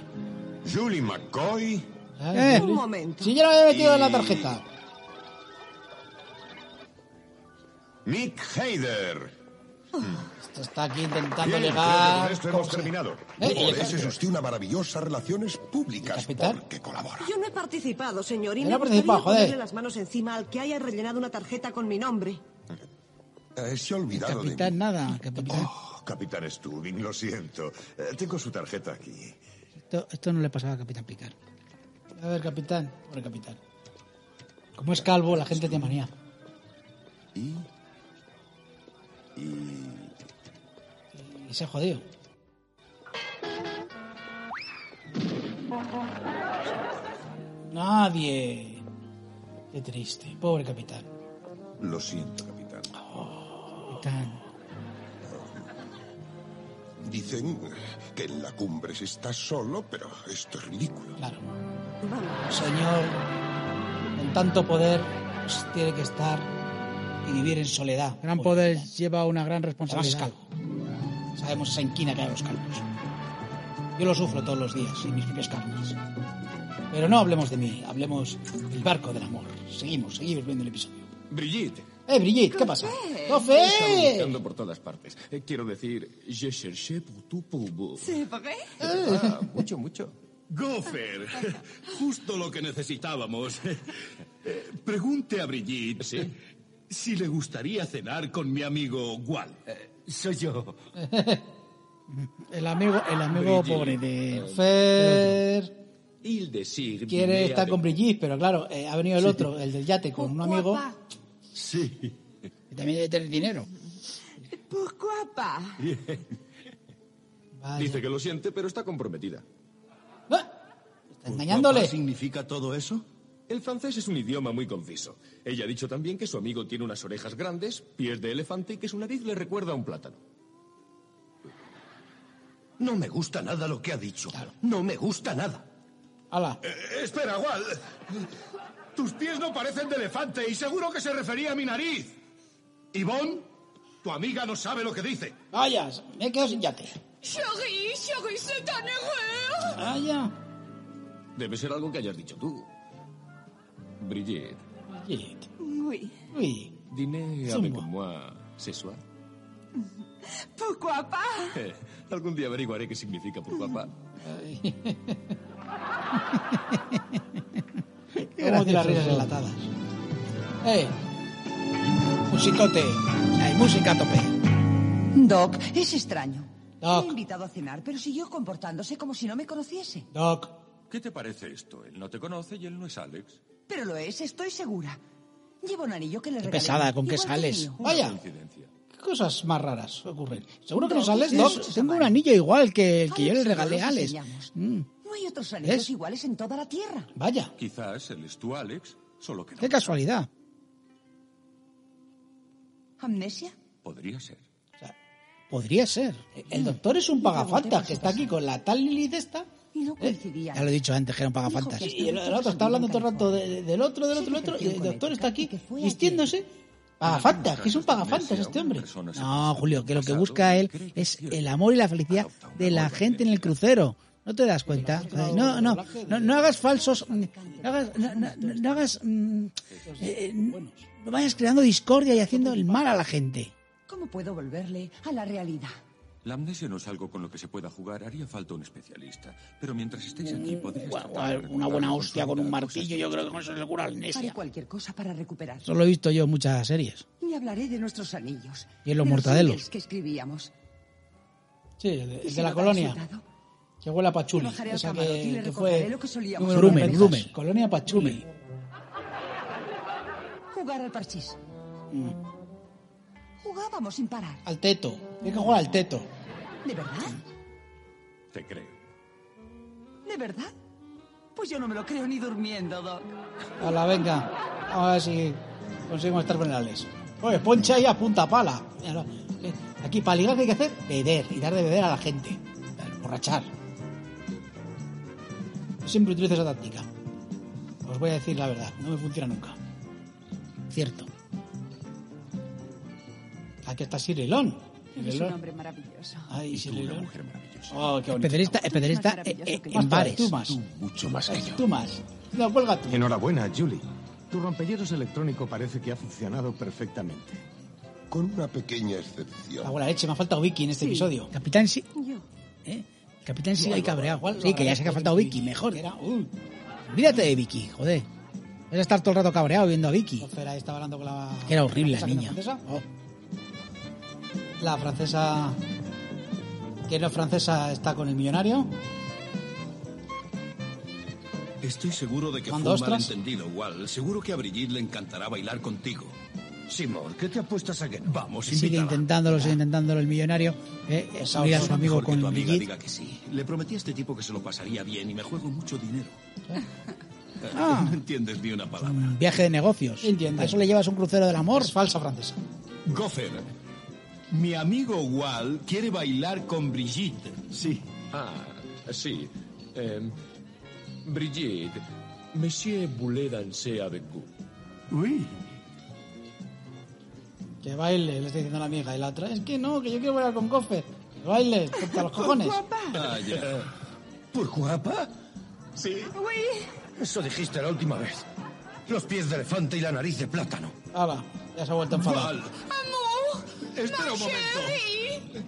S25: Julie McCoy.
S3: Eh,
S8: Un momento.
S3: Si yo lo había metido en la tarjeta.
S25: Nick Hayder.
S3: Esto está aquí intentando
S23: Bien, creo que
S3: llegar.
S23: con esto
S3: ¿Cómo
S23: hemos
S3: se-
S23: terminado.
S3: Eh, y el
S23: Por eso es
S3: capitán.
S23: usted una maravillosa relaciones públicas porque colabora.
S8: Yo no he participado, señor, y
S3: Yo
S8: me
S3: no he participado,
S8: gustaría ponerle
S3: joder.
S8: las manos encima al que haya rellenado una tarjeta con mi nombre.
S23: Eh, se ha olvidado de
S3: Capitán, nada, capitán.
S23: Oh, Capitán Stubbing, lo siento. Eh, tengo su tarjeta aquí.
S3: Esto, esto no le pasaba a Capitán Picar. A ver, capitán. Pobre capitán. Como es calvo, la gente tiene manía.
S23: Y... Y...
S3: Y se ha jodido. Nadie. Qué triste. Pobre capitán.
S6: Lo siento, capitán.
S3: Capitán.
S23: Dicen que en la cumbre se está solo, pero esto es ridículo.
S3: Claro.
S8: Vamos.
S3: Señor, con tanto poder pues, tiene que estar y vivir en soledad. Gran poder lleva una gran responsabilidad. Sabemos esa inquina que hay a los calvos. Yo lo sufro todos los días en mis propias carnes. Pero no hablemos de mí, hablemos del barco del amor. Seguimos, seguimos viendo el episodio.
S7: Brigitte.
S3: ¡Eh, Brigitte! ¿Qué pasa?
S7: Estaba
S3: ¡Tofe!
S7: buscando por todas partes. Eh, quiero decir, je cherché pour tout pour vous.
S5: ¿Se pagué?
S7: Ah,
S3: Eh.
S7: mucho, mucho. Gopher, justo lo que necesitábamos. Eh, Pregunte a Brigitte si le gustaría cenar con mi amigo Wal. Eh, soy yo.
S3: El amigo, el amigo
S7: Brigitte.
S3: pobre de Fer
S7: Il desir
S3: quiere
S7: d'idea
S3: estar
S7: de-
S3: con Brigitte, pero claro, eh, ha venido el otro, el del yate, con un amigo
S5: Guapa.
S7: Sí.
S3: que también debe tener dinero.
S5: Pourquoi pas?
S3: Vaya.
S7: Dice que lo siente, pero está comprometida.
S3: ¡Ah! Está engañándole.
S25: ¿Qué significa todo eso?
S7: El francés es un idioma muy conciso. Ella ha dicho también que su amigo tiene unas orejas grandes, pies de elefante y que su nariz le recuerda a un plátano.
S25: No me gusta nada lo que ha dicho. No me gusta nada.
S3: Hala.
S25: Eh, espera, Wal. Tus pies no parecen de elefante y seguro que se refería a mi nariz. Ivonne, tu amiga no sabe lo que dice.
S3: Vaya, me he quedado sin yate.
S5: Chérie, chérie, c'est un erreur.
S3: Vaya.
S7: Debe ser algo que hayas dicho tú. Brigitte,
S3: Brigitte.
S5: Oui.
S3: Uy,
S7: dîner
S3: Zumba.
S7: avec moi ce soir.
S5: Pourquoi pas?
S7: Eh, <laughs> algún día averiguaré qué significa por papá.
S3: cómo tiene las risas enlatadas. Eh, musicote. Hay música a tope.
S10: Doc, es extraño.
S3: Doc.
S10: Le he invitado a cenar, pero siguió comportándose como si no me conociese.
S3: Doc,
S7: <laughs> ¿Qué te parece esto? Él no te conoce y él no es Alex.
S10: Pero lo es, estoy segura. Lleva un anillo que le
S3: qué
S10: regalé,
S3: pesada, ¿con qué
S10: igual que el
S3: sales?
S10: mío.
S3: Vaya,
S7: Coincidencia.
S3: qué cosas más raras ocurren. Seguro que no
S10: Doc,
S3: sales,
S10: eso
S3: Doc.
S10: es
S3: Tengo un
S10: amar.
S3: anillo igual que el que yo le
S10: Alex y yo
S3: regalé
S10: nos
S3: a Alex.
S10: enseñamos.
S3: Mm,
S10: No hay otros anillos
S3: ¿Ves?
S10: iguales en toda la Tierra.
S3: Vaya.
S26: Quizás el es tú, Alex, solo que no.
S3: Qué casualidad.
S10: ¿Amnesia?
S26: Podría ser.
S3: Podría ser. El doctor es un pagafantas que está aquí con la tal Lilith esta.
S10: Y no
S3: coincidía. ¿Eh? Ya lo he dicho antes, que era un pagafantas.
S10: Dijo que
S3: Y el,
S10: hasta
S3: el otro está hablando todo el rato de- de- del otro, del otro, del otro. Y el doctor está aquí vistiéndose. Pagafantas, que es un pagafantas este hombre. No, Julio, que lo que busca él es el amor y la felicidad de la gente en el crucero. ¿No te das cuenta? Eh, No, no, no, no hagas falsos. mm, No hagas. No, no- no- no hagas mm, eh, no vayas creando discordia y haciendo el mal a la gente.
S10: ¿Cómo puedo volverle a la realidad?
S27: La amnesia no es algo con lo que se pueda jugar. Haría falta un especialista. Pero mientras estéis aquí, podéis tratar de
S3: Mm, Una buena
S27: recordarlo
S3: hostia con
S27: consulta,
S3: un martillo, yo creo que con eso se le cura la
S10: Haré
S3: amnesia.
S10: cualquier cosa para recuperarlo.
S3: Eso lo he visto yo en muchas series.
S10: Y hablaré de nuestros anillos.
S3: Y en los
S10: de
S3: mortadelos.
S10: emails que escribíamos.
S3: Sí, el de,
S10: ¿Y
S3: el
S10: si
S3: de la
S10: no da
S3: colonia.
S10: resultado?
S3: Que huele a pachuli.
S10: Bajaré al
S3: Esa
S10: camarote y
S3: que,
S10: le
S3: que
S10: recordaré
S3: fue
S10: lo que solíamos
S3: número
S10: hacer
S3: Brummel,
S10: juntas.
S3: Brummel. Colonia pachuli.
S10: Jugar al parchís.
S3: Mm.
S10: Jugábamos sin parar.
S3: Al teto. Hay que jugar al teto.
S10: ¿De verdad?
S26: Te creo.
S10: ¿De verdad? Pues yo no me lo creo ni durmiendo, Doc.
S3: A la venga. A ver si conseguimos estar con el Alex. Oye, poncha ahí a punta pala. Mira, eh, Aquí, para ligar, ¿qué hay que hacer? Beber. Y dar de beber a la gente. Borrachar. Yo siempre utilizo esa táctica. Os voy a decir la verdad. No me funciona nunca. Cierto. Aquí está Sirilón.
S28: Eres un hombre maravilloso.
S3: Ay, Sirilón.
S26: Oh,
S3: qué Especialista, especialista eh, eh, en bares. Tú más.
S29: Mucho más que yo.
S3: Tú más. La huelga tú.
S29: Enhorabuena, Julie. Tu rompehielos electrónico parece que ha funcionado perfectamente.
S6: Con una pequeña excepción.
S3: La buena leche, me ha faltado Vicky en este
S6: Sí.
S3: episodio. Capitán sí.
S10: Yo.
S3: Capitán
S10: sigue ahí cabreado.
S3: Sí, que ya sé que ha faltado Vicky, mejor. Olvídate de Vicky, joder. Vas a estar todo el rato cabreado viendo a Vicky. estaba hablando con la... Que era horrible la niña. Oh. La francesa... Que no es francesa, está con el millonario.
S30: Estoy seguro de que fue
S3: ¿Manda
S30: un
S3: ostras?
S30: malentendido, Wal. Seguro que a Brigitte le encantará bailar contigo. Simón, ¿qué te apuestas a que...? Vamos,
S3: sigue
S30: invítala.
S3: intentándolo, sigue intentándolo el millonario. Eh, eh,
S30: Sabe
S3: unir a su
S30: mejor
S3: amigo
S30: que
S3: con
S30: tu amiga
S3: Brigitte.
S30: diga que sí. Le prometí a este tipo que se lo pasaría bien y me juego mucho
S3: <laughs>
S30: dinero.
S3: Ah.
S30: No <laughs> entiendes ni una palabra.
S3: Un viaje de negocios. Entiendo. eso le llevas un crucero del amor. Es falsa francesa.
S30: Gopher, mi amigo Wal quiere bailar con Brigitte. Sí.
S31: Ah, sí. Em, Brigitte, Monsieur voulait danser avec vous.
S3: Uy. Que baile, le está diciendo la amiga. Y la otra, es que no, que yo quiero bailar con Gopher. Que baile, hasta los cojones.
S26: Ah, ya. ¿Por guapa? Sí. Eso dijiste la última vez. Los pies de elefante y la nariz de plátano.
S3: Ahora, Ah, ya se ha vuelto a enfadar.
S26: Val,
S32: Amour,
S26: Espera
S32: ma
S26: un momento.
S32: chérie.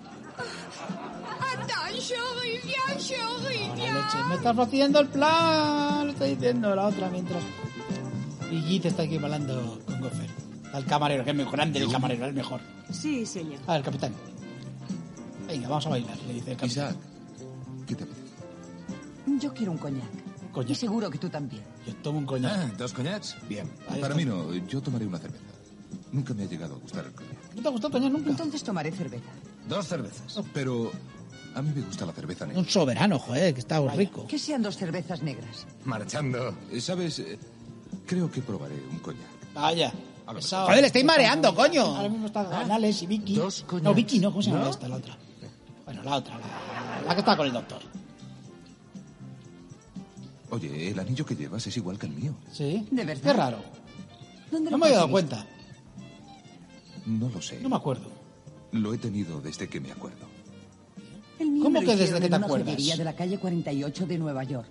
S32: Attends, chérie, viens, chérie,
S3: Ahora,
S32: viens.
S3: leche, me estás fastidiando el plan, le está diciendo la otra mientras. Y Git está aquí bailando con Gopher. Está el camarero, que es mejor, grande el camarero, es mejor.
S33: Sí, señor.
S3: Ah, el capitán. Venga, vamos a bailar, le dice el capitán.
S10: Yo quiero un coñac.
S3: Coñac.
S10: Y seguro que tú también.
S3: Yo tomo un coñac.
S7: Ah, ¿Dos coñacs? Bien.
S3: Ahí
S7: Para
S3: está.
S7: mí no, yo tomaré una cerveza. Nunca me ha llegado a gustar el coñac.
S3: ¿No te ha gustado coñac nunca?
S10: Entonces tomaré cerveza.
S7: Dos cervezas. Pero a mí me gusta la cerveza negra.
S3: Un soberano, joder, que está rico.
S10: Que sean dos cervezas negras.
S7: Marchando. ¿Sabes? Eh, Creo que probaré un coñac.
S3: Vaya.
S7: pesado.
S3: Joder, le estáis mareando, coño.
S7: Ahora
S3: mismo está Canales y Vicky. No, Vicky Ah, no, ¿cómo se llama esta? La otra. Bueno, la otra, la, la que está con el doctor.
S7: Oye, el anillo que llevas es igual que el mío.
S3: Sí.
S10: De verdad.
S3: Qué raro.
S10: ¿Dónde
S3: No
S10: lo
S3: me había dado
S10: conseguiste?
S3: cuenta.
S7: No lo sé.
S3: No me acuerdo.
S7: Lo he tenido desde que me acuerdo.
S10: El mío
S3: ¿Cómo
S10: me lo
S3: que desde
S10: hicieron
S3: que
S10: en
S3: te
S10: una
S3: acuerdas?
S10: joyería de la calle 48 de Nueva York.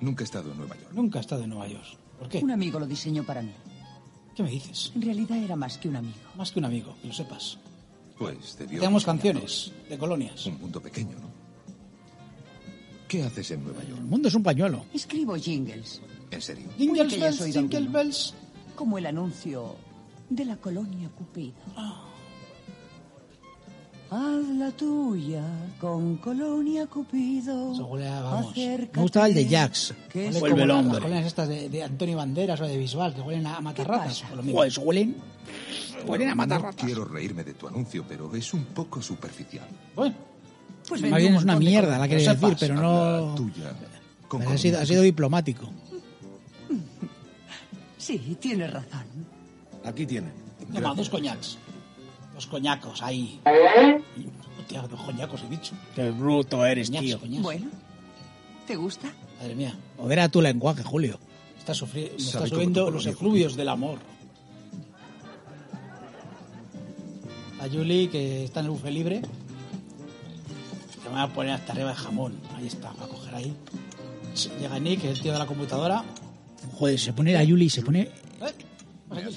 S7: Nunca he estado en Nueva York.
S3: Nunca he estado en Nueva York. ¿Por qué?
S10: Un amigo lo diseñó para mí.
S3: ¿Qué me dices?
S10: En realidad era más que un amigo.
S3: Más que un amigo, que lo sepas.
S7: Pues debió...
S3: Tenemos canciones de colonias.
S7: Un mundo pequeño, ¿no? ¿Qué haces en Nueva York?
S3: El mundo es un pañuelo.
S10: Escribo jingles.
S7: ¿En serio?
S10: Puede que
S3: Jingles
S10: hayas
S3: bells,
S10: oído
S3: jingle
S10: alguno.
S3: bells.
S10: Como el anuncio de la colonia Cupido.
S3: Ah.
S10: Haz la tuya con colonia Cupido.
S3: vamos.
S10: Acércate.
S3: Me gustaba el de pues Jax.
S10: que
S3: Huele
S10: es
S3: como
S10: como la-
S3: las colonias estas de, de Antonio Banderas o de Bisbal, que huelen a matarratas.
S10: pasa?
S3: o lo mismo. Joder, eso huelen... Huelen a
S7: No
S3: matarratas.
S7: quiero reírme de tu anuncio, pero es un poco superficial.
S3: Bueno,
S10: Pues
S3: más
S10: vendí
S3: bien
S10: un
S3: es una
S10: montón de
S3: mierda
S10: cosas.
S3: la que
S7: Lo
S3: decir,
S7: sepas,
S3: pero
S7: habla
S3: no...
S7: tuya.
S3: Pero Ha sido, ha sido diplomático.
S34: Sí, tienes razón.
S35: Aquí tiene.
S3: Toma, dos coñacs. Dos coñacos, ahí. Hostia, dos coñacos he dicho.
S36: Qué bruto eres,
S3: Coñacs,
S36: tío.
S3: coñacs.
S34: Bueno, ¿te gusta?
S3: Madre mía. Modera tu lenguaje, Julio. Está, sufri- me está
S36: Sabe cómo
S3: subiendo
S36: tocar
S3: los
S36: viejo,
S3: efluvios del amor. A Julie, que está en el buffet libre. Que me va a poner hasta arriba de jamón. Ahí está, va a coger ahí. Llega Nick, que es el tío de la computadora. Eh,
S36: Joder, se pone la Yuli, se pone.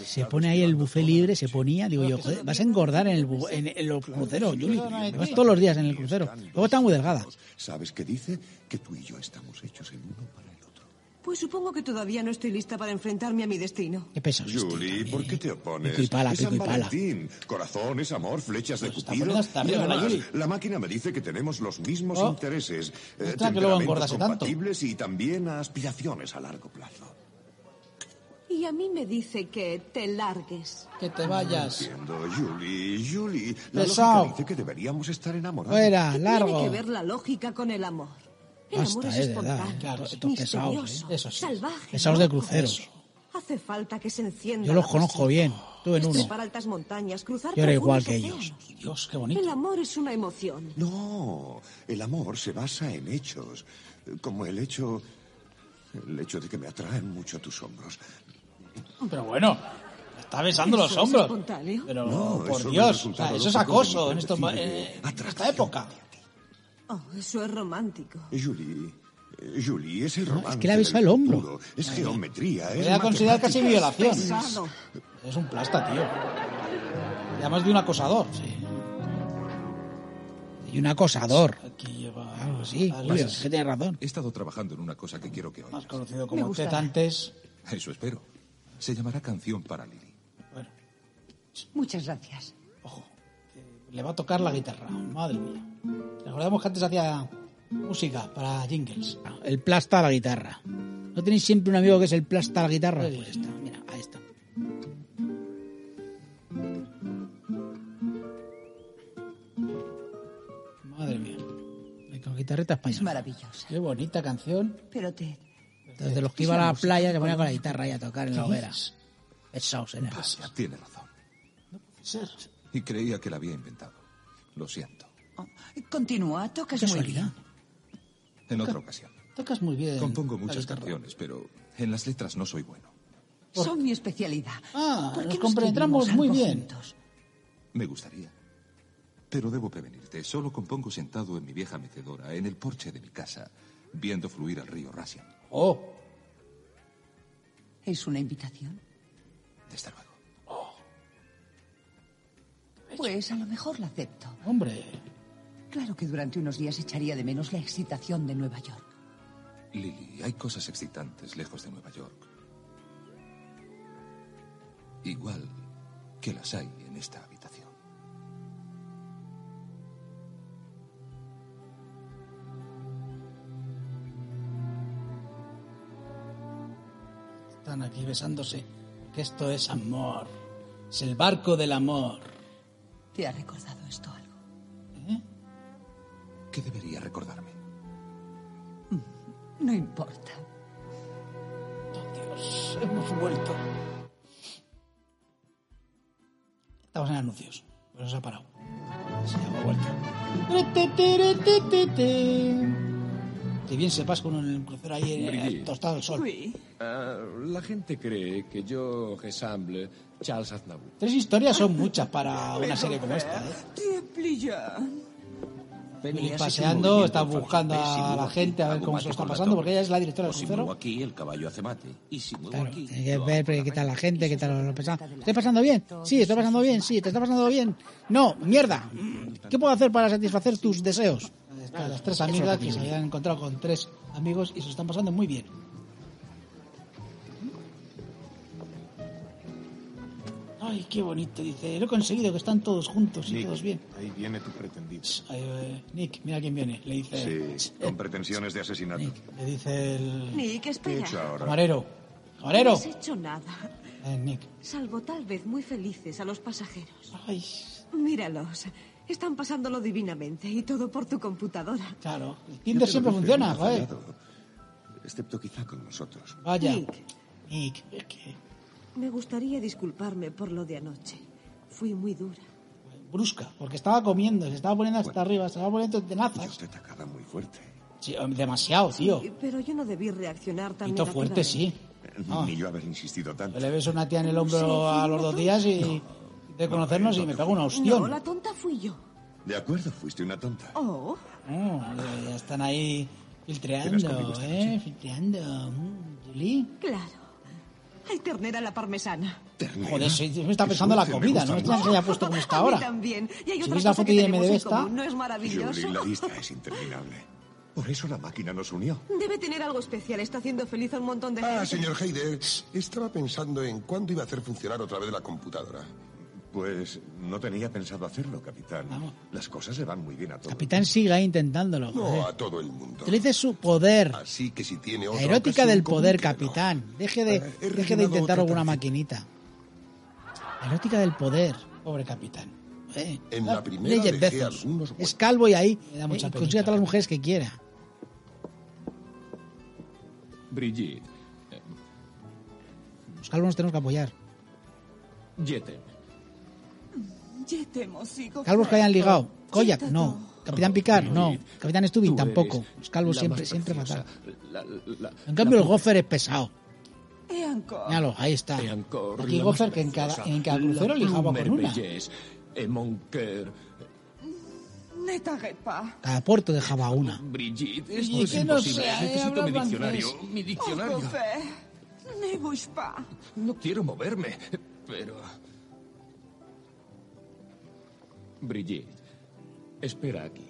S3: Se pone ahí el buffet libre, se ponía. Digo yo, joder, vas a engordar en el, bu- en, en los cruceros, Julie. Vas todos los días en el crucero. Luego está muy delgada.
S7: ¿Sabes qué dice? Que tú y yo estamos hechos el uno para el otro.
S10: Pues supongo que todavía no estoy lista para enfrentarme a mi destino.
S3: Qué pesado.
S7: Julie, ¿por qué te opones?
S3: Pico ¿eh? y pala,
S7: Es San
S3: pico y pala.
S7: Valentín, corazones, amor, flechas de Cupido.
S3: poniendo hasta
S7: Y
S3: arriba,
S7: además,
S3: Julie.
S7: la máquina me dice que tenemos los mismos
S3: Oh.
S7: intereses, eh,
S3: Ostras, que luego
S7: temperamentos
S3: engordase tanto.
S7: compatibles y también aspiraciones a largo plazo.
S10: Y a mí me dice que te largues.
S3: Que te
S7: No entiendo, Julie, Julie. La
S3: Pesao.
S7: lógica dice que deberíamos estar enamorados.
S3: Fuera,
S10: Tiene que
S3: Ah, largo.
S10: ver la lógica con el amor. El
S3: Basta,
S10: amor es
S3: es verdad,
S10: espontáneo,
S3: claro, estos pesados,
S10: misterioso,
S3: ¿eh? Esos sí.
S10: salvaje.
S3: Pesados de
S10: loco.
S3: cruceros.
S10: Hace falta que se encienda.
S3: Yo los
S10: la
S3: conozco bien. Estuve en
S10: pasión.
S3: uno.
S10: Trepar altas montañas, cruzar
S3: Yo era igual que
S10: profundos
S3: ellos. Dios, qué bonito.
S10: océanos. El amor es una emoción.
S7: No, el amor se basa en hechos, como el hecho, el hecho de que me atraen mucho tus hombros.
S3: Pero bueno, está besando los
S7: ¿Eso es
S3: hombros.
S7: espontáneo?
S3: Pero
S7: No, eso es
S3: por
S7: el
S3: Dios, o
S7: resultado
S3: sea, eso es
S7: lógico de
S3: acoso
S7: mi
S3: en, estos ma-
S7: percibido
S3: eh, en esta época.
S10: Oh, eso es romántico.
S7: Julie, eh, Julie, es el romance.
S3: es que le ha besado
S7: del
S3: el hombro.
S7: futuro, Es geometría,
S3: Voy
S7: es
S3: a considerar casi
S7: matemáticas.
S3: violación.
S7: Es
S10: pesado.
S3: Es un plasta, tío. Y además de un acosador. Y un acosador. Aquí lleva. Ah, sí, Julio,
S37: Vas-
S3: que tienes razón.
S37: He estado trabajando en una cosa que quiero que
S3: Más
S37: oigas.
S3: conocido
S37: Me
S3: como
S37: gusta.
S3: usted antes.
S37: Eso espero. Se llamará Canción para Lili.
S34: Muchas gracias.
S3: Le va a tocar la guitarra. Madre mía. Recordemos que antes hacía música para jingles.
S36: El plasta a la guitarra. ¿No tenéis siempre un amigo que es el plasta a la guitarra?
S3: Pues está, mira, ahí está. Madre mía. Ahí Con guitarreta española.
S36: Es
S34: maravillosa.
S3: Qué bonita canción.
S34: Pero te...
S3: Desde los que iban a la playa se ponía con la guitarra ahí a tocar en la hoguera. Pesaos en
S37: Vaya, tiene razón. Y creía que la había inventado. Lo siento.
S34: oh, Continúa, tocas muy bien.
S37: En otra ocasión.
S3: Tocas muy bien.
S37: Compongo muchas canciones, pero en las letras no soy bueno.
S34: Son mi especialidad.
S3: Ah,
S34: ¿Por qué
S3: nos
S34: no
S3: comprendemos
S34: escribimos
S3: muy
S34: algo
S3: bien.
S37: Me gustaría. Pero debo prevenirte. Solo compongo sentado en mi vieja mecedora, en el porche de mi casa, viendo fluir el río Rasian.
S3: Oh.
S34: ¿Es una invitación?
S37: Desde luego.
S34: Pues a lo mejor la acepto.
S3: Hombre.
S34: Claro que durante unos días echaría de menos la excitación de Nueva York.
S37: Lily, hay cosas excitantes lejos de Nueva York. Igual que las hay en esta habitación.
S3: Están aquí besándose. Que esto es amor. Es el barco del amor.
S34: ¿Te ha recordado esto algo?
S37: ¿Qué debería recordarme?
S34: No importa.
S3: Dios, hemos vuelto. Estamos en anuncios. Pero se ha parado. Se ha vuelto. Que bien se pasa uno en el crucero ahí eh,
S35: Brigitte.
S3: tostado el sol.
S35: Ah, la gente cree que yo resamble Charles Aznavour.
S3: Tres historias son muchas para una serie como esta. ¿eh? Venís paseando, está buscando a la gente a ver cómo se lo está pasando, porque ella es la directora del
S38: si muevo
S3: crucero.
S38: aquí, el caballo hace mate. Y si muevo aquí...
S36: Hay que ver porque qué tal la gente, qué tal lo pasa. ¿Te está pasando bien? Sí, está pasando bien, sí, te está pasando bien. No, mierda. ¿Qué puedo hacer para satisfacer tus deseos?
S3: Está las tres amigas que se habían encontrado con tres amigos y se lo están pasando muy bien. Ay, qué bonito, dice. Lo he conseguido, que están todos juntos y
S39: Nick,
S3: todos bien.
S39: Ahí viene tu pretendido.
S3: Ahí, eh, Nick, mira quién viene. Le dice,
S7: Sí,
S3: <laughs>
S7: con pretensiones de asesinato.
S3: le dice el
S10: Nick, espera.
S7: ¿Qué he hecho ahora?
S3: camarero.
S10: No
S3: ¡Camarero!
S10: has hecho nada,
S3: Eh, Nick.
S10: salvo tal vez muy felices a los pasajeros.
S3: Ay.
S10: Míralos. Están pasándolo divinamente y todo por tu computadora.
S3: Claro.
S7: Ya te
S3: Tinder
S7: lo
S3: siempre
S7: dije,
S3: pues funciona,
S7: hemos
S3: joder.
S7: fallado. excepto quizá con nosotros.
S3: Vaya.
S40: Nick. Me gustaría disculparme por lo de anoche. Fui muy dura.
S3: Brusca, porque estaba comiendo, se estaba poniendo hasta arriba, se estaba poniendo tenazas.
S7: Te atacaba muy fuerte.
S3: Sí, demasiado, tío.
S40: Sí, pero yo no debí reaccionar tan
S3: Pito fuerte, sí. Ah.
S7: Ni yo haber insistido tanto.
S3: Le ves una tía en el hombro
S40: Sí,
S3: a los dos días y de conocernos y me pega una
S40: No,
S3: hostión.
S40: la tonta fui yo.
S7: De acuerdo, fuiste una tonta.
S40: Oh,
S3: Oh, ya están ahí
S7: Verás conmigo
S3: filtreando,
S7: esta
S3: ¿eh? Filtreando. Mm, Juli.
S40: claro. Hay ternera a la parmesana.
S3: Joder, sí, me está pensando la
S7: suerte, me
S3: comida,
S7: gusta
S3: ¿no? Esta
S7: mucho.
S3: se la ha
S40: <laughs>
S3: puesto como está
S40: A mí
S3: ahora.
S40: también. Y hay
S3: Si
S40: otra
S3: veis la
S40: cosa
S3: foto
S40: que
S3: de
S40: tenemos en
S3: IMDb está-
S40: común. ¿No es maravilloso?
S7: Julie, la lista es interminable. Por eso la máquina nos unió.
S40: Debe tener algo especial. Está haciendo feliz a un montón de
S41: Ah,
S40: gente.
S41: señor Heider, estaba pensando en cuándo iba a hacer funcionar otra vez la computadora.
S7: Pues no tenía pensado hacerlo, capitán. Las cosas le van muy bien a todos.
S3: Capitán sigue ahí intentándolo.
S41: No
S3: joder.
S41: a todo el mundo.
S3: Utilice su poder.
S41: Así que si tiene
S3: La
S41: otra
S3: erótica
S41: ocasión,
S3: del poder,
S41: comuníquelo.
S3: capitán. Deje de,
S41: he
S3: deje de
S41: rellenado
S3: intentar
S41: otra
S3: alguna maquinita. La erótica del poder. Pobre capitán. Eh,
S41: En la primera
S3: Legend
S41: dejé
S3: Bezos.
S41: algunos
S3: Es calvo y ahí
S42: da mucha
S3: eh,
S42: penita.
S3: consigue a todas las mujeres que quiera.
S43: Brigitte.
S3: Los calvos nos tenemos que apoyar.
S43: Jete.
S3: Calvos que hayan ligado. Koyak, no. Capitán Picard, no. Capitán Stubin,
S43: Tú eres
S3: tampoco. Los calvos
S43: la
S3: siempre,
S43: más
S3: siempre fatal.
S43: preciosa. La- la-
S3: En cambio,
S43: la-
S3: el gofer es pesado.
S10: Eancor.
S3: Míralo, ahí está.
S43: Eancor,
S3: Aquí
S43: la
S3: Goffer
S43: más
S3: que en cada,
S43: preciosa,
S3: en cada
S43: la
S3: crucero lijaba con
S43: Bloomer
S3: una.
S43: Bellez, eh, Monker,
S10: Ne t'arrête pas.
S3: Cada puerto dejaba una.
S43: Brigitte,
S10: Y
S43: esto es
S10: que no
S43: imposible.
S10: sea, eh,
S43: Necesito
S10: habla
S43: mi
S10: francés.
S43: diccionario. Mi diccionario.
S10: Oh, Gofret, ne bouge pas.
S43: No quiero moverme, pero... Brigitte, espera aquí.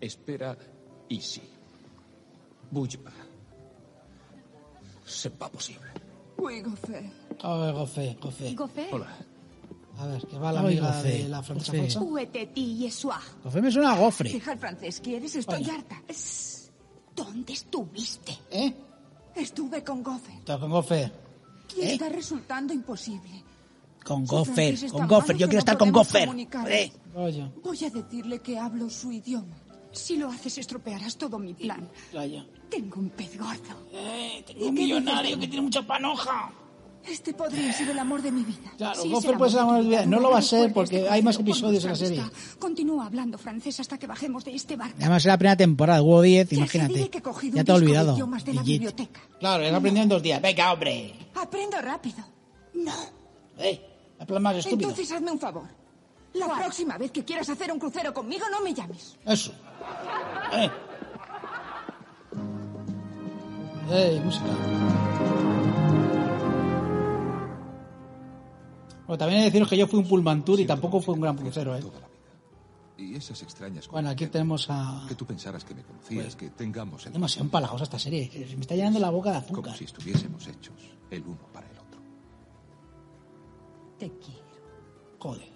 S43: Espera Easy. Bujba. Sepa posible.
S10: Oui, Gofret.
S3: Joder, Gofe, Gofe.
S44: Gofe.
S43: Hola.
S3: A ver, que va la
S42: Ay,
S3: amiga
S42: Gofe,
S3: de la francesa
S42: Gofe.
S3: falsa.
S44: Ueteti y Suá.
S3: Gofe me suena a Gofre.
S44: Deja el francés, ¿quieres?
S3: Estoy
S44: harta. ¿Dónde estuviste?
S3: ¿Eh?
S10: Estuve con Gofen.
S3: Está Con Gofe.
S10: Y
S3: ¿Eh?
S10: está resultando imposible.
S3: Con
S10: Su
S3: Gofer.
S10: francés es
S3: Con
S10: tan
S3: Gofer.
S10: malo
S3: Yo
S10: que
S3: quiero
S10: no
S3: estar con
S10: podemos
S3: Gofer.
S10: comunicarnos.
S3: Eh. Vaya.
S10: Voy a decirle que hablo su idioma.
S44: Si lo haces, estropearás todo mi plan.
S3: Vaya.
S44: Tengo un pez gordo.
S3: Eh,
S10: ¿Y
S3: tengo un
S10: qué dices
S3: millonario
S10: de
S3: que
S10: mí?
S3: tiene mucha panoja.
S10: Este podría ser el amor de mi vida.
S3: Claro,
S10: Sí, es
S3: Gofer
S10: el
S3: puede ser la
S10: amor de
S3: buena
S10: mi
S3: idea.
S10: vida.
S3: No lo va a ser
S10: Recuerda
S3: porque
S10: este
S3: hay más
S10: crucero con
S3: episodios en la
S10: nuestra
S3: serie.
S10: amistad.
S44: Continúa hablando francés hasta que bajemos de este barco.
S3: Además, es la primera temporada, hubo 10,
S44: Ya se
S3: imagínate.
S44: diré que he cogido
S3: Ya
S44: un
S3: te he
S44: disco de
S3: olvidado.
S44: idiomas de la
S3: Digit.
S44: biblioteca.
S3: Claro, ya lo aprendí en dos días. Venga, hombre.
S10: Aprendo rápido. No.
S3: Eh, el plan más estúpido.
S10: Entonces hazme un favor. La próxima vez que quieras hacer un crucero conmigo, no me llames.
S3: Eso. Eh. Eh, música. Bueno, también he de deciros que yo fui un Pullman Tour y tampoco fue un gran crucero, ¿eh?
S45: Y esas extrañas cosas.
S3: Bueno, aquí tenemos a...
S45: Que tú pensaras que me conocías, que tengamos el...
S3: Demasiado empalagosa esta serie. Se me está llenando la boca de
S45: Como
S3: azúcar.
S45: si estuviésemos hechos el uno para el otro.
S46: Te quiero.
S3: Joder.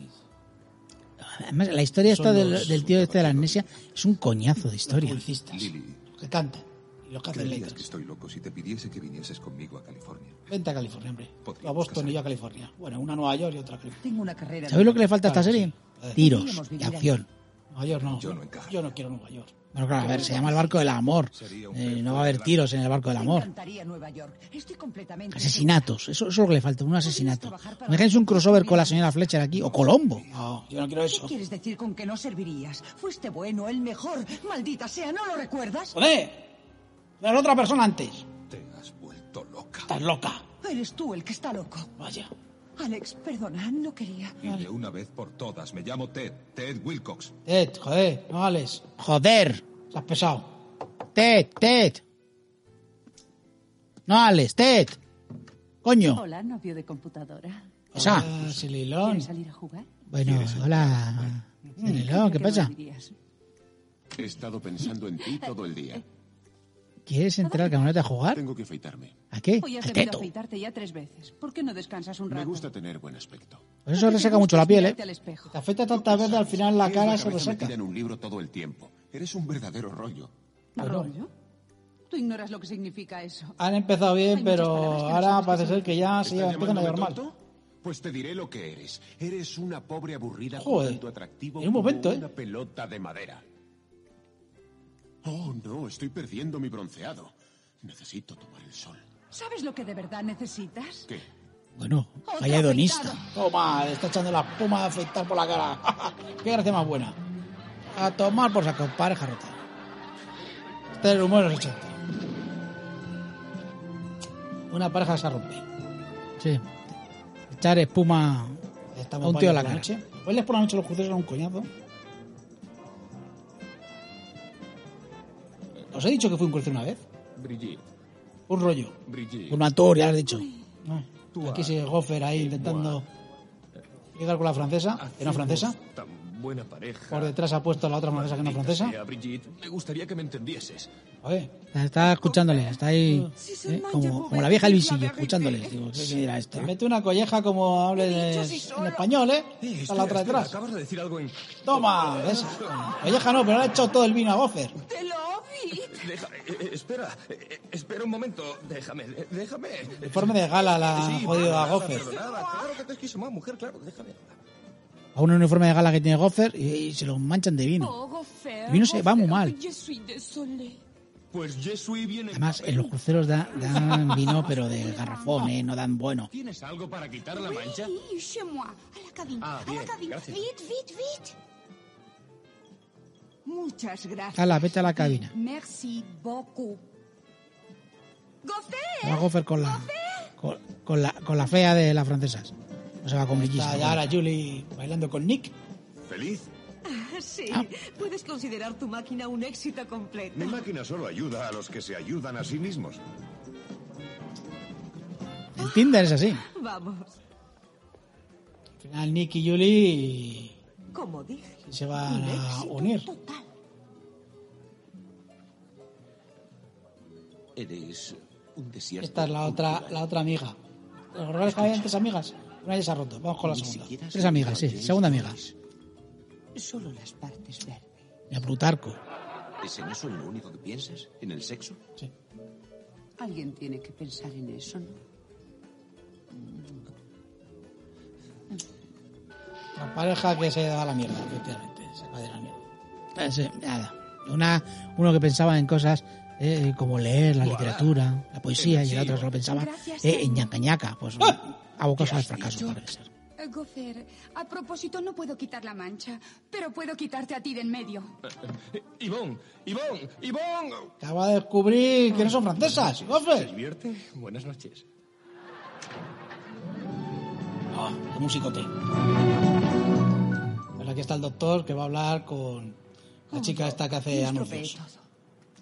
S3: Además, la historia esta
S42: Son
S3: del,
S42: los-
S3: del tío este de la amnesia es un coñazo de historia.
S45: Lily,
S3: Que canta. Y lo que hace
S45: ¿creerías
S3: letras.
S45: que estoy loco si te pidiese que vinieses conmigo a California?
S3: Vente a California, hombre.
S45: Podríamos
S3: A Boston y yo a California. Bueno, una a Nueva York y otra a California.
S46: Tengo una carrera.
S3: ¿Sabéis lo que le falta a esta
S46: Claro,
S3: serie?
S46: sí. Eh,
S3: Tiros
S46: podríamos
S3: y
S46: vivir
S3: acción.
S46: aquí.
S3: Nueva York no.
S45: Yo no encajo.
S3: Yo no quiero Nueva York. Bueno, claro, a ver, se llama el barco del amor. Eh, no va a haber tiros en el barco del
S46: Me
S3: amor.
S46: encantaría Nueva York. Estoy completamente.
S3: Asesinatos, eso, eso es lo que le falta, un asesinato. Imagínense un crossover con la señora Fletcher aquí, o Colombo. No, yo no quiero
S46: ¿Qué
S3: eso.
S46: quieres decir con que no servirías? Fuiste bueno, el mejor. Maldita sea, ¿no lo recuerdas?
S3: ¡Joder! Era otra persona antes.
S45: Te has vuelto loca.
S3: Estás loca.
S46: Eres tú el que está loco.
S3: Vaya.
S46: Alex, perdona, no quería.
S45: Y de una vez por todas, me llamo Ted, Ted Wilcox.
S3: Ted, joder, no vales. Joder, estás pesado. Ted, Ted. No vales, Ted. Coño.
S47: Hola, novio de computadora.
S3: Esa.
S47: ¿Quieres salir a jugar?
S3: Bueno, hola. Sililón, ¿qué
S47: Creo que
S3: pasa?
S47: dormirías.
S6: He estado pensando en ti todo el
S3: Eh,
S6: día.
S3: ¿Quieres entrar al camarote a jugar?
S6: Tengo que afeitarme.
S3: ¿A qué?
S47: Hoy has
S3: Al
S47: debido
S3: teto.
S47: afeitarte ya tres veces. ¿por qué no descansas un
S6: Me
S47: rato?
S6: gusta tener buen aspecto.
S3: Pues eso reseca mucho la piel, ¿eh?
S47: Mirarte al espejo.
S3: Te afecta tantas veces, al final la
S6: Tienes
S3: cara se
S6: cabeza
S3: reseca.
S6: metida en un libro todo el tiempo. Eres un verdadero rollo.
S47: ¿Rollo? Tú ignoras lo que significa eso.
S3: Han empezado bien,
S47: Hay muchas
S3: pero
S47: palabras que no
S3: ahora
S47: sabes
S3: parece
S47: qué son.
S3: ser que ya se
S6: ¿Estás
S3: empiezan a llevar
S6: llamándome
S3: mal.
S6: tonto? Pues te diré lo que eres. Eres una pobre aburrida
S3: Joder.
S6: con tanto atractivo
S3: En un momento,
S6: como
S3: ¿eh?
S6: una pelota de madera. Oh, no, estoy perdiendo mi bronceado.
S2: Necesito tomar el sol.
S10: ¿Sabes lo que de verdad necesitas?
S2: ¿Qué?
S3: Bueno, vaya hedonista. Toma, le está echando la puma de afeitar por la cara. <laughs> Qué gracia más buena. A tomar por saco, pareja rota. Este es el humor de los 80. Una pareja se rompe. Sí. Echar espuma a un tío a la cara. Noche. Hoy les por la noche los cruceros son un coñazo. ¿Os he dicho que fui un crucero una vez?
S9: Brigitte,
S3: Un rollo.
S9: Brigitte.
S3: Un actor, ya lo has dicho. Ah,
S9: Tú
S3: Aquí
S9: has-
S3: sigue Goffer ahí intentando llegar con la francesa, que no es francesa.
S9: Hacemos Tan buena pareja.
S3: Por detrás ha puesto a la otra francesa que no es
S9: Maldita
S3: francesa.
S9: sea, Brigitte, me gustaría que me entendieses.
S3: Oye, está escuchándole, está ahí ¿eh? como, como la vieja del visillo, escuchándole. Digo, ¿qué dirá este? Mete una colleja como hable en español, ¿eh? Está la otra
S9: Espera,
S3: detrás.
S9: Acabas de decir algo en...
S3: Toma, esa. Colleja no, pero le ha hecho todo el vino a Goffer.
S9: ¡Te lo vi! espera, eh, espera un momento. Déjame, eh, déjame.
S3: El informe de gala la ha jodido a Goffer.
S9: Perdonada, claro que te quise más, mujer, claro, déjame.
S3: A un uniforme de gala que tiene Goffer y, y se lo manchan de vino.
S20: Oh, Goffer,
S3: El vino se va muy mal.
S20: Je suis désolée.
S7: Pues Jesui viene.
S3: Además, en los cruceros da- dan vino, pero de garrafón, ¿eh? No dan bueno.
S7: ¿Tienes algo para quitar la mancha?
S20: Oui, chez moi, à la cabine,
S7: Ah,
S20: à la
S7: bien,
S20: cabine.
S7: gracias.
S20: Vite, vite, vite.
S5: Muchas gracias.
S3: Hala, vete a la cabina.
S20: Merci beaucoup. Goffer.
S3: Va Goffer con la, con, con la, con la fea de las francesas. No se va con Brigitte.
S24: Está
S3: se
S24: ya
S3: va
S24: ahora
S3: con- Julie bailando con Nick.
S48: ¿Feliz?
S10: <laughs>
S8: Ah, sí, puedes considerar tu máquina un éxito completo.
S23: Mi máquina solo ayuda a los que se ayudan a sí mismos.
S3: En Tinder es así.
S8: Vamos,
S3: Al final, Nick y Julie
S8: como dije.
S3: se van
S8: un
S3: a
S8: éxito
S3: unir.
S8: total.
S17: Eres un desierto.
S3: Esta es la otra, la otra amiga. Los horrores que habían tres amigas. Una ya se ha roto. Vamos con la
S17: Ni
S3: segunda.
S17: siquiera
S3: Tres
S17: sé
S3: amigas, sí.
S17: dónde
S3: Segunda amiga.
S17: Solo las partes verdes.
S3: Y a Plutarco.
S17: ¿Es en eso en lo único que piensas? ¿En el sexo?
S3: Sí.
S10: Alguien tiene que pensar en eso, ¿no?
S3: La pareja que se da a la mierda, efectivamente. Se va de la mierda. Eh, sí, nada. Una, uno que pensaba en cosas eh, como leer, la literatura, la poesía, y el otro que lo pensaba
S20: Gracias,
S3: eh, en
S20: señor.
S3: ñaca ñaca. Pues abocados al fracaso, parece ser.
S20: Eh, Goffer, a propósito, no puedo quitar la mancha, pero puedo quitarte a ti de en medio.
S7: Eh,
S9: Ivonne, Ivonne, Ivonne.
S3: Acaba de descubrir que no son francesas,
S9: ¿Se
S3: Goffer.
S9: divierte? Buenas noches.
S3: Ah, qué musicote. Pues aquí está el doctor que va a hablar con la chica esta que hace
S10: Lo estropeé
S3: anuncios.
S10: todo.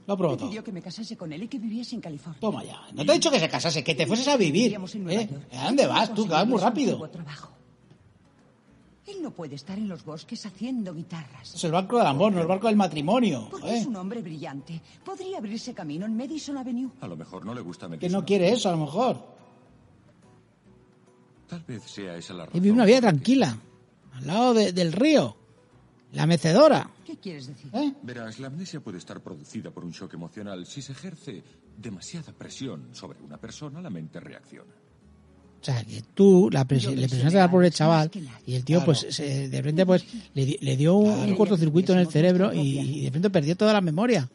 S3: Lo probó todo.
S10: Pidió que me casase con él y que viviese en California.
S3: Toma ya. No te he dicho que se casase, que te fueses a vivir.
S10: Vivíamos en Nueva
S3: ¿eh?
S10: York.
S3: ¿A dónde vas tú? Que vas muy
S10: Conseguimos un
S3: rápido.
S10: nuevo trabajo. Él no puede estar en los bosques haciendo guitarras.
S3: Es el barco del amor, no el barco del matrimonio.
S10: Porque
S3: ¿eh?
S10: es un hombre brillante. Podría abrirse camino en Madison Avenue.
S2: A lo mejor no le gusta
S3: Que
S2: meterse.
S3: no quiere eso, a lo mejor.
S2: Tal vez sea esa la
S3: Y
S2: razón.
S3: Eh, vive una vida tranquila. Al lado de- del río. La mecedora.
S10: ¿Qué quieres decir?
S3: ¿eh?
S2: Verás, la amnesia puede estar producida por un shock emocional. Si se ejerce demasiada presión sobre una persona, la mente reacciona.
S3: O sea, que tú la presi-
S10: Yo
S3: le
S10: presioné
S3: presionaste al
S10: a
S3: pobre
S10: Alex
S3: chaval
S10: más que nadie.
S3: y el tío, pues,
S10: Claro.
S3: se- de repente, pues, le, di- le dio un
S10: Claro.
S3: cortocircuito en el cerebro y, y de repente perdió toda la memoria.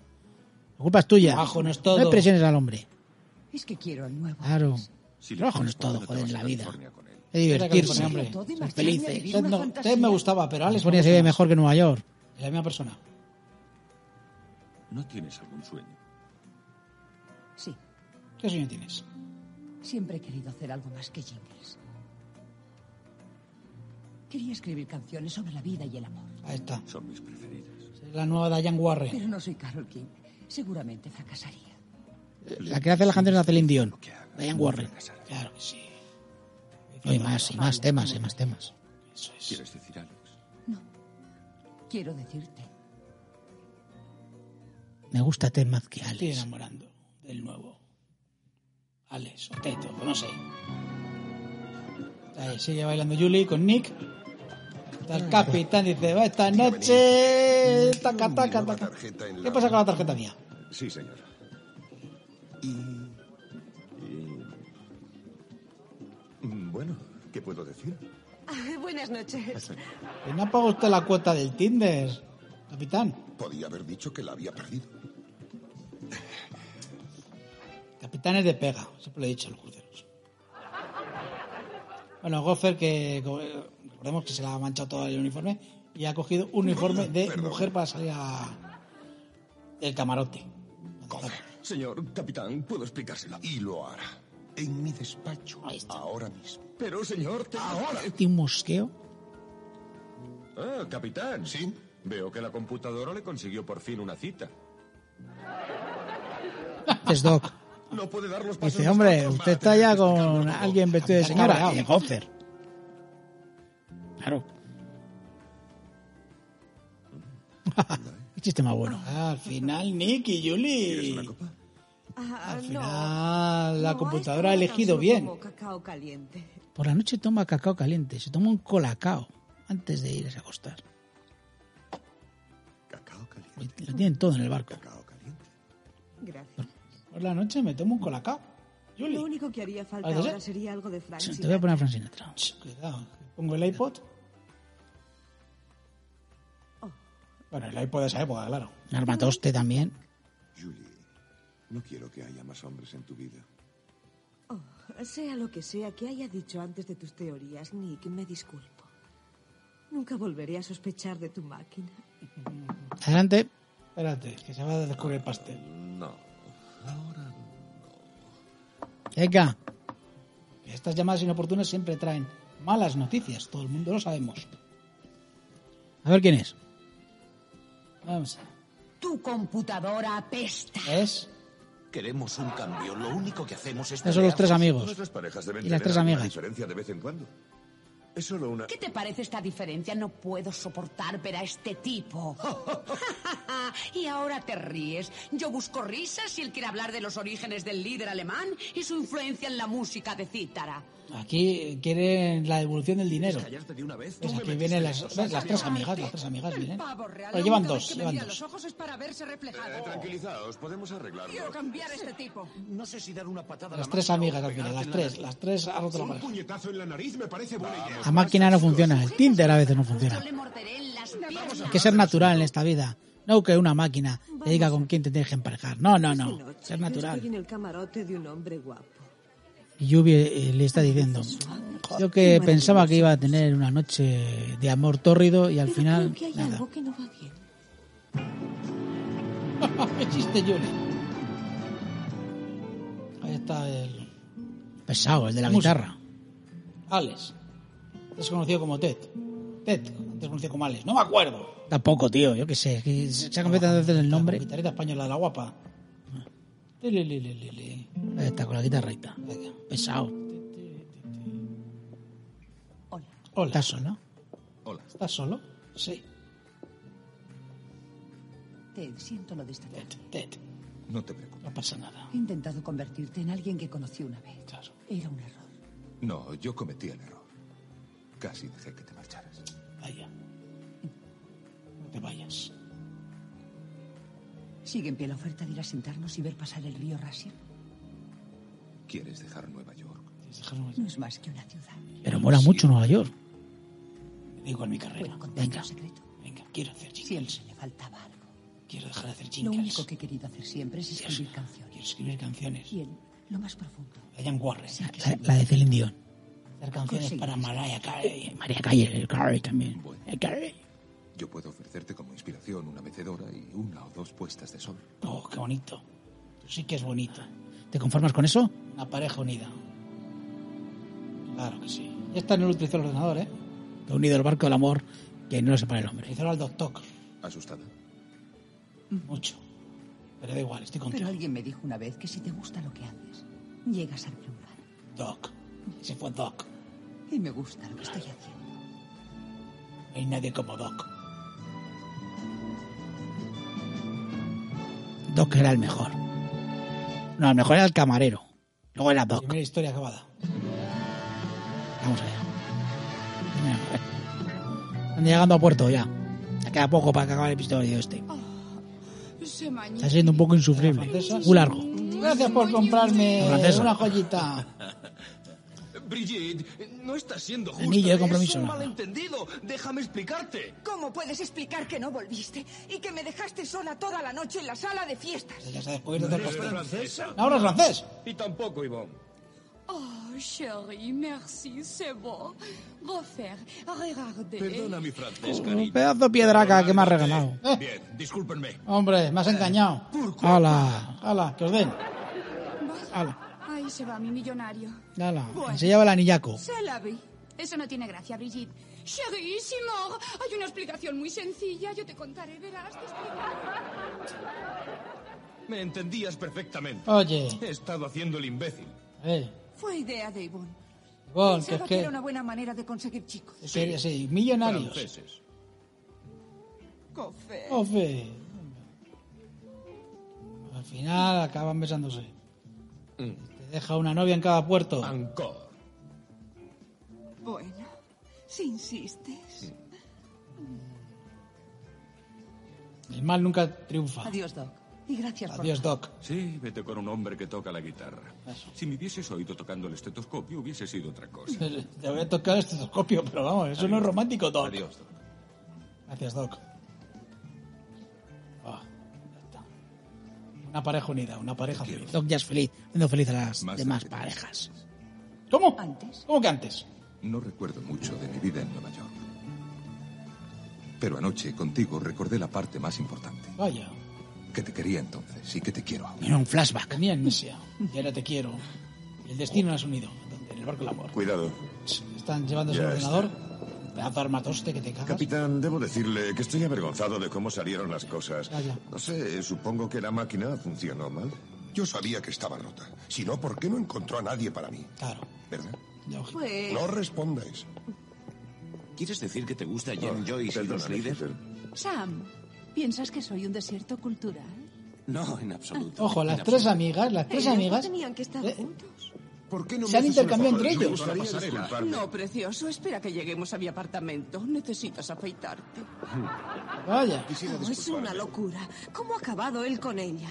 S3: La culpa es tuya.
S24: Trabajo no es todo.
S3: le presiones al hombre.
S10: Es que quiero al nuevo.
S3: Claro.
S2: Si le
S3: Trabajo no
S2: pones
S3: es todo,
S2: cuerda, te
S3: joder,
S2: vas
S3: en
S2: a
S3: la vida.
S2: California con él.
S3: Es divertirse.
S24: Era California, hombre.
S3: Ser
S10: a
S3: felices.
S10: vivir
S24: Usted,
S10: una
S24: no-
S10: fantasía.
S24: usted me gustaba, pero Alex
S3: California se
S24: me
S3: vive
S24: gusta
S3: mejor que Nueva York.
S24: más. Es la misma persona.
S2: ¿No tienes algún sueño?
S10: Sí,
S3: ¿Qué sueño tienes?
S10: siempre he querido hacer algo más que jingles. Quería escribir canciones sobre la vida y el amor.
S3: Ahí está.
S2: Son mis preferidas.
S3: Es la nueva Diane Warren.
S10: Pero no soy Carol King. Seguramente fracasaría.
S3: Eh, La que hace las canciones la Celine Dion. Diane
S2: no
S3: Warren.
S2: fracasarás.
S3: Claro que sí. No, y más, y más temas, y más temas.
S2: ¿Quieres decir, Alex?
S10: No. Quiero decirte.
S3: Me gusta Ted más que Alex.
S24: Estoy enamorando del nuevo. Alex, o Teto, o no sé.
S3: Ahí sigue bailando Julie con Nick. Está el capitán dice, va esta noche. Taca, taca,
S23: nueva
S3: taca.
S23: tarjeta en
S3: ¿Qué
S23: la-
S3: pasa con la tarjeta mía?
S23: Sí, señor. Y...
S6: Mm,
S23: y- Bueno, ¿qué puedo decir?
S8: Buenas noches.
S3: Que no paga usted la cuota del Tinder, capitán.
S23: Podía haber dicho que la había perdido.
S3: Capitanes de pega, siempre lo he dicho a los cruceros. Bueno, Goffer, que como, eh, recordemos que se le ha manchado todo el uniforme y ha cogido un uniforme de mujer para salir a... del camarote.
S49: Señor capitán, puedo explicársela. Y lo hará. En mi despacho. Ahora mismo. Pero, señor, ahora.
S3: ¿Tiene un mosqueo?
S50: Ah, capitán. Sí. Veo que la computadora le consiguió por fin una cita.
S3: Es Doc.
S50: No puede dar los pasos.
S3: Dice, hombre, usted está ya con alguien vestido de señora.
S51: Capitán,
S3: Y
S51: claro.
S3: Gopher. Claro. Qué <laughs> chiste más bueno. al final, Nick y Julie.
S52: Al
S3: final, la computadora ha elegido bien.
S52: cacao caliente.
S3: Por la noche toma cacao caliente, se toma un colacao antes de irse a acostar. Cacao caliente. Lo tienen todo en el barco.
S52: Gracias.
S3: Por la noche me tomo un colacao.
S52: Lo único que haría falta
S3: ¿Algo
S52: ahora
S3: sé?
S52: sería algo de Frank.
S3: Te voy a poner Frank Sinatra. Ch, Cuidado. Pongo el iPod. Bueno, Oh. el iPod de esa época, claro. Un armatoste también.
S53: No quiero que haya más hombres en tu vida.
S52: Oh, sea lo que sea que haya dicho antes de tus teorías, Nick, me disculpo. Nunca volveré a sospechar de tu máquina.
S3: Adelante. Espérate, que se va a descubrir el pastel.
S6: No.
S3: Venga. Estas llamadas inoportunas siempre traen malas noticias, todo el mundo lo sabemos. A ver quién es. Vamos.
S10: Tu computadora apesta.
S3: ¿Es?
S7: Queremos un cambio. Lo único que hacemos es.
S3: Esos son los tres amigos.
S7: Nuestras parejas deben
S3: Y las
S7: tener
S3: tres
S7: alguna
S3: amigas.
S7: diferencia de vez en cuando.
S50: Es solo una.
S10: ¿Qué te parece esta diferencia? No puedo soportar ver a este tipo. <laughs> y ahora te ríes. Yo busco risas y él quiere hablar de los orígenes del líder alemán y su influencia en la música de cítara.
S3: Aquí quieren la devolución del dinero.
S7: Callarte de una vez.
S3: Pues
S7: tú me
S3: aquí
S7: metiste
S3: vienen
S7: en
S3: las,
S7: esos
S3: ¿ves? las
S7: años.
S3: tres amigas, las tres amigas vienen.
S10: Pavo real,
S3: Pero
S10: la
S3: llevan
S10: única
S3: dos,
S10: vez que me
S3: llevan
S10: mira a
S3: dos.
S10: los ojos es para verse reflejado.
S7: Tranquilizaos, podemos arreglarlo.
S10: Quiero cambiar a este tipo.
S7: No sé si dar una patada a
S3: Las
S7: la
S3: tres
S7: máquina
S3: amigas
S7: o
S3: al final, las
S7: pegarte en la
S3: tres,
S7: nariz.
S3: las tres a la otra
S54: Un
S3: pareja.
S54: puñetazo en la nariz me parece buena idea.
S3: La máquina no funciona, el Tinder a veces no funciona. Hay que ser natural en esta vida. No que una máquina te diga con quién te tienes que emparejar. No, no,
S52: Es de
S3: no.
S52: noche,
S3: Ser
S52: yo
S3: natural.
S52: Estoy en el camarote de un hombre guapo.
S3: Y Yubi eh, le está diciendo, yo que pensaba que iba a tener una noche de amor tórrido y al
S52: Creo
S3: final
S52: que hay
S3: nada.
S52: algo que no va bien.
S3: <laughs> ¿Qué chiste, Yuri? Ahí está el Pesado, el de la
S51: Música.
S3: guitarra. Alex. Es conocido como Ted. Ted, antes conocido como Alex. No me acuerdo.
S51: Tampoco, tío, yo qué sé. que se se ha cambiado tantas veces el nombre.
S3: Guitarrita española de la guapa. Tililililili.
S51: Ahí Está con la guitarrita.
S3: Venga.
S51: Pesado.
S3: Hola.
S51: ¿Estás solo?
S6: Hola.
S3: ¿Estás solo? Sí.
S10: Ted, siento lo de esta tarde.
S3: Ted,
S6: No te preocupes.
S3: no pasa nada.
S10: He intentado convertirte en alguien que conocí una vez. Era un error.
S6: No, yo cometí el error. Casi dejé que te marcharas.
S3: Vaya. No te vayas.
S10: ¿Sigue en pie la oferta de ir a sentarnos y ver pasar el río Rasia?
S6: ¿Quieres dejar Nueva York?
S10: No es más que una ciudad.
S3: Pero mola mucho Nueva York. Digo en mi
S10: Puedo
S3: carrera.
S10: contarte
S3: Venga,
S10: un secreto.
S3: venga, quiero hacer
S10: Siempre
S3: jingles.
S10: le faltaba algo.
S3: Quiero dejar de hacer
S10: Lo
S3: jingles.
S10: único que he querido hacer siempre es escribir canciones.
S3: Quiero escribir canciones.
S10: Y él, lo más profundo.
S3: Diane Warren.
S51: La, la de Celine Dion.
S3: Hacer canciones para Mariah Carey.
S51: María Calle, el Carey también. El Carey.
S6: Yo puedo ofrecerte como inspiración una mecedora y una o dos puestas de sol.
S3: Oh, qué bonito. Tú sí que es bonito.
S51: ¿Te conformas con eso?
S3: Una pareja unida. Claro que sí. Ya está en el utilizó el ordenador, ¿eh?
S51: Te ha unido el barco del amor que no lo separa el hombre.
S3: Utilizó al doctor.
S6: ¿Asustada?
S3: Mucho. Pero da igual, estoy
S10: Pero
S3: contigo.
S10: alguien me dijo una vez que si te gusta lo que haces, llegas al triunfar.
S3: Doc. Se fue Doc.
S10: Y me gusta lo que estoy haciendo.
S3: No hay nadie como Doc.
S51: Doc era el mejor. No, el mejor era el camarero. Luego era Doc.
S3: Primera historia acabada.
S51: Vamos allá. Mira, a ver. Están llegando a puerto ya. Ya queda poco para que acabe el episodio este.
S20: Se mañó.
S51: Está siendo un poco insufrible. Muy largo.
S3: Gracias por comprarme
S51: La francesa.
S3: una joyita.
S55: Brigitte, no estás siendo justa.
S3: Anillo de compromiso,
S55: Es un
S3: no.
S55: malentendido. Déjame explicarte.
S5: ¿Cómo puedes explicar que no volviste y que me dejaste sola toda la noche en la sala de fiestas?
S3: Ya se ha descubierto todo el
S55: ¿No eres
S3: pastel.
S55: francesa?
S3: Ahora es francés.
S55: Y tampoco, Ivonne.
S20: Oh, chérie, merci, c'est beau. Refaire, regarder.
S55: Perdona mi francés,
S3: Un
S55: cariño.
S3: pedazo de piedraca que me has regalado. Eh,
S55: Bien, discúlpenme.
S3: hombre,
S5: Eh,
S3: me has engañado. Hala, hala, que os den. Hala,
S20: Ahí se va mi millonario.
S3: hala.
S20: Bueno.
S3: Enseñaba el anillaco.
S20: Se la vi. Eso no tiene gracia, Brigitte. Chérie, si mort. Hay una explicación muy sencilla. Yo te contaré, verás. Te explicaré.
S55: Me entendías perfectamente.
S3: Oye.
S55: He estado haciendo el imbécil.
S3: Eh,
S5: Fue idea de Ivonne.
S3: Ivonne, Oh, que es
S5: Pensaba que
S3: que...
S5: era una buena manera de conseguir chicos.
S3: es que- eh, Sí, millonarios.
S55: Franceses.
S5: Cofer.
S3: Ofe. Al final acaban besándose. Te deja una novia en cada puerto.
S7: Ah.
S5: Bueno, si insistes.
S3: El mal nunca triunfa.
S5: Adiós, Doc. Y gracias por...
S3: Adiós, Doc.
S2: Sí, vete con un hombre que toca la guitarra. Si me hubieses oído tocando el estetoscopio, hubiese sido otra cosa.
S3: Te voy a tocar el estetoscopio, pero vamos, eso no es romántico, Doc. Gracias, Doc. Ah, ya está. Una pareja unida, una pareja feliz. Doc ya es feliz, haciendo feliz a las demás parejas. ¿Cómo? ¿Antes? ¿Cómo que antes?
S48: No recuerdo mucho de mi vida en Nueva York. Pero anoche contigo recordé la parte más importante.
S3: Vaya.
S48: Que te quería entonces y que te quiero ahora.
S3: Mira, un flashback. Tenía amnesia. Y ahora te quiero. El destino nos ha unido. Donde En el barco del amor.
S6: Cuidado.
S3: Están llevando su
S6: Ya
S3: ordenador. Pedazo de armatoste que te cagas.
S6: Capitán, debo decirle que estoy avergonzado de cómo salieron las cosas.
S3: Calla.
S6: No sé, supongo que la máquina funcionó mal.
S23: Yo sabía que estaba rota. Si no, ¿por qué no encontró a nadie para mí?
S3: Claro.
S23: ¿Verdad?
S5: Pues...
S23: No respondáis.
S17: ¿Quieres decir que te gusta John Joyce y los líderes?
S56: Sam, ¿piensas que soy un desierto cultural?
S17: No, en absoluto.
S3: Ojo, las tres amigas, Eh, las
S20: eh,
S3: tres amigas
S8: tenían que estar
S23: ¿Por qué
S3: no Se me han haces el intercambiado favor? entre Me ellos. gustaría
S5: No, precioso, espera que lleguemos a mi apartamento. Necesitas afeitarte.
S3: Vaya.
S8: No, es una locura. ¿Cómo ha acabado él con ella?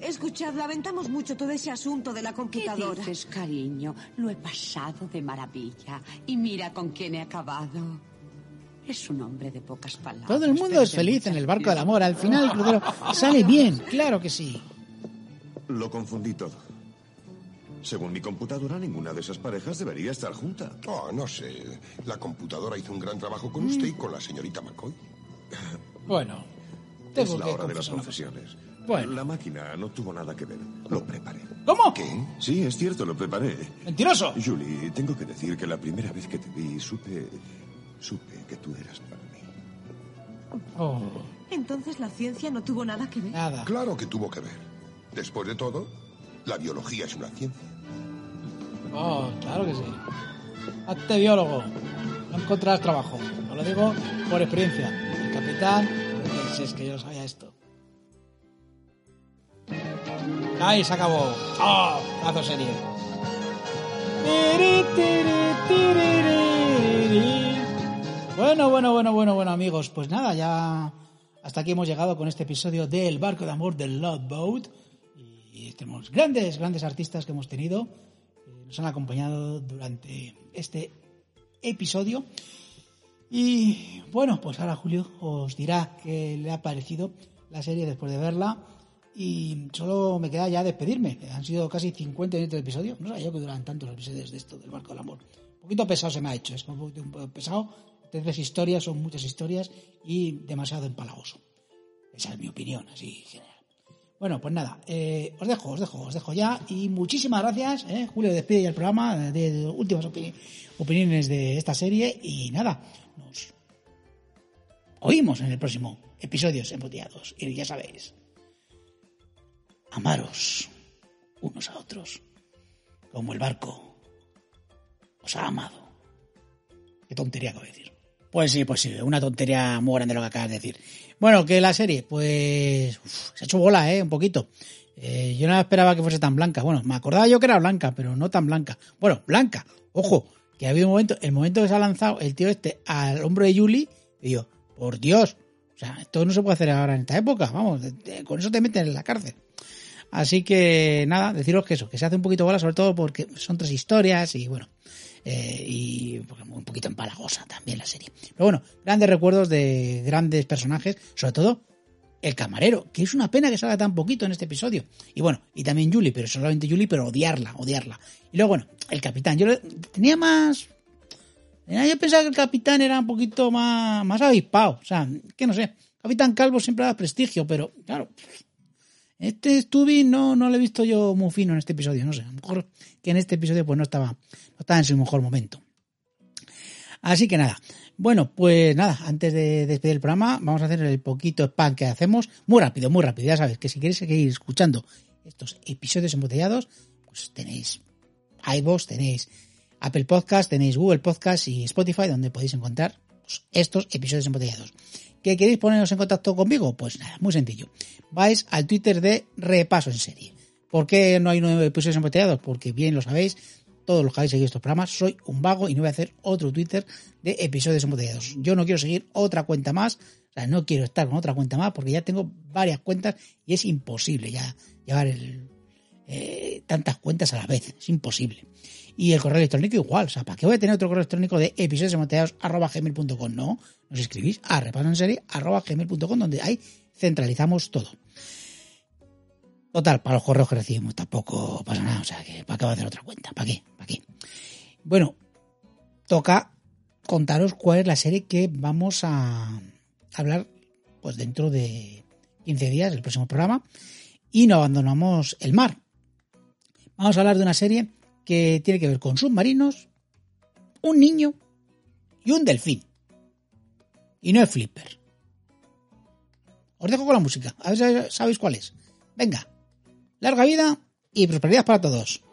S8: Escuchad, lamentamos mucho todo ese asunto de la
S10: ¿Qué
S8: computadora.
S10: dices, cariño? Lo he pasado de maravilla. Y mira con quién he acabado. Es un hombre de pocas palabras.
S3: Todo el mundo
S10: pero
S3: es
S10: de
S3: feliz en el barco del amor. Al final el crucero sale bien, claro que sí.
S6: Lo confundí todo. Según mi computadora, ninguna de esas parejas debería estar junta.
S23: Oh, no sé. La computadora hizo un gran trabajo
S3: Mm.
S23: con usted y con la señorita McCoy.
S3: Bueno,
S6: Es
S3: tengo
S6: la
S3: que
S6: hora de las
S3: confesar una cosa.
S6: confesiones.
S3: Bueno.
S6: La máquina no tuvo nada que ver. Lo preparé.
S3: ¿Cómo?
S6: ¿Qué? Sí, es cierto, lo preparé.
S3: ¡Mentiroso!
S6: Julie, tengo que decir que la primera vez que te vi supe... Supe que tú eras para mí.
S3: Oh,
S8: Entonces la ciencia no tuvo nada que ver.
S3: nada.
S23: Claro que tuvo que ver. Después de todo, la biología es una ciencia.
S3: Oh, claro que sí. Hazte biólogo. No encontrarás trabajo. Os lo digo por experiencia. El capitán, si es que yo sabía esto. Ahí se acabó. ¡Oh! Plazo serie. Tiri, tiri, tiririri. Bueno, bueno, bueno, bueno, bueno, amigos. Pues nada, ya hasta aquí hemos llegado con este episodio del barco de amor del Love Boat. Y tenemos grandes, grandes artistas que hemos tenido eh, nos han acompañado durante este episodio. Y bueno, pues ahora Julio os dirá qué le ha parecido la serie después de verla. Y solo me queda ya despedirme. Han sido casi 50 minutos de episodio. No sabía que duran tantos episodios de esto del Barco del Amor. Un poquito pesado se me ha hecho. Es como un poquito un poco pesado. Tres historias, son muchas historias y demasiado empalagoso. Esa es mi opinión, así general. Bueno, pues nada, eh, os dejo, os dejo, os dejo ya. Y muchísimas gracias, eh, Julio, despide ya el programa de, de últimas opi- opiniones de esta serie. Y nada, nos oímos en el próximo episodios empoteados. Y ya sabéis, amaros unos a otros, como el barco os ha amado. Qué tontería acabo de decir. Pues sí, pues sí, una tontería muy grande lo que acabas de decir. Bueno, que la serie, pues uf, se ha hecho bola, ¿eh? Un poquito. Eh, yo no esperaba que fuese tan blanca. Bueno, me acordaba yo que era blanca, pero no tan blanca. Bueno, blanca, ojo, que ha habido un momento, el momento que se ha lanzado el tío este al hombro de Julie, y yo, por Dios, o sea, esto no se puede hacer ahora en esta época, vamos, te- te- con eso te meten en la cárcel. Así que nada, deciros que eso, que se hace un poquito bola, sobre todo porque son tres historias y bueno, eh, y un poquito empalagosa también la serie. Pero bueno, grandes recuerdos de grandes personajes, sobre todo el camarero, que es una pena que salga tan poquito en este episodio. Y bueno, y también Julie, pero solamente Julie, pero odiarla, odiarla. Y luego, bueno, el capitán, yo le- tenía más... tenía- Yo pensaba que el capitán era un poquito más, más avispado, o sea, que no sé. Capitán Calvo siempre da prestigio, pero claro, este Stubby no, no lo he visto yo muy fino en este episodio, no sé. A lo mejor que en este episodio pues no estaba, no estaba en su mejor momento. Así que nada. Bueno, pues nada, antes de despedir el programa, vamos a hacer el poquito spam que hacemos. Muy rápido, muy rápido. Ya sabes que si queréis seguir escuchando estos episodios embotellados, pues tenéis iVoox, tenéis Apple Podcast, tenéis Google Podcast y Spotify, donde podéis encontrar pues, estos episodios embotellados. ¿Que queréis poneros en contacto conmigo? Pues nada, muy sencillo. Vais al Twitter de Repaso en Serie. ¿Por qué no hay nueve episodios embotellados? Porque bien lo sabéis, todos los que habéis seguido estos programas, soy un vago y no voy a hacer otro Twitter de episodios embotellados. Yo no quiero seguir otra cuenta más, o sea, no quiero estar con otra cuenta más porque ya tengo varias cuentas y es imposible ya llevar el, eh, tantas cuentas a la vez, es imposible. Y el correo electrónico igual, o sea, ¿para qué voy a tener otro correo electrónico de episodiosdemoteados.com? No, nos escribís a repasoenserie.com donde ahí centralizamos todo. Total, para los correos que recibimos tampoco pasa nada, o sea, que ¿para qué va a hacer otra cuenta? ¿Para qué? ¿Para qué? Bueno, toca contaros cuál es la serie que vamos a hablar pues dentro de 15 días, el próximo programa, y no abandonamos el mar. Vamos a hablar de una serie que tiene que ver con submarinos, un niño y un delfín. Y no es Flipper. Os dejo con la música, a ver si sabéis cuál es. Venga, larga vida y prosperidad para todos.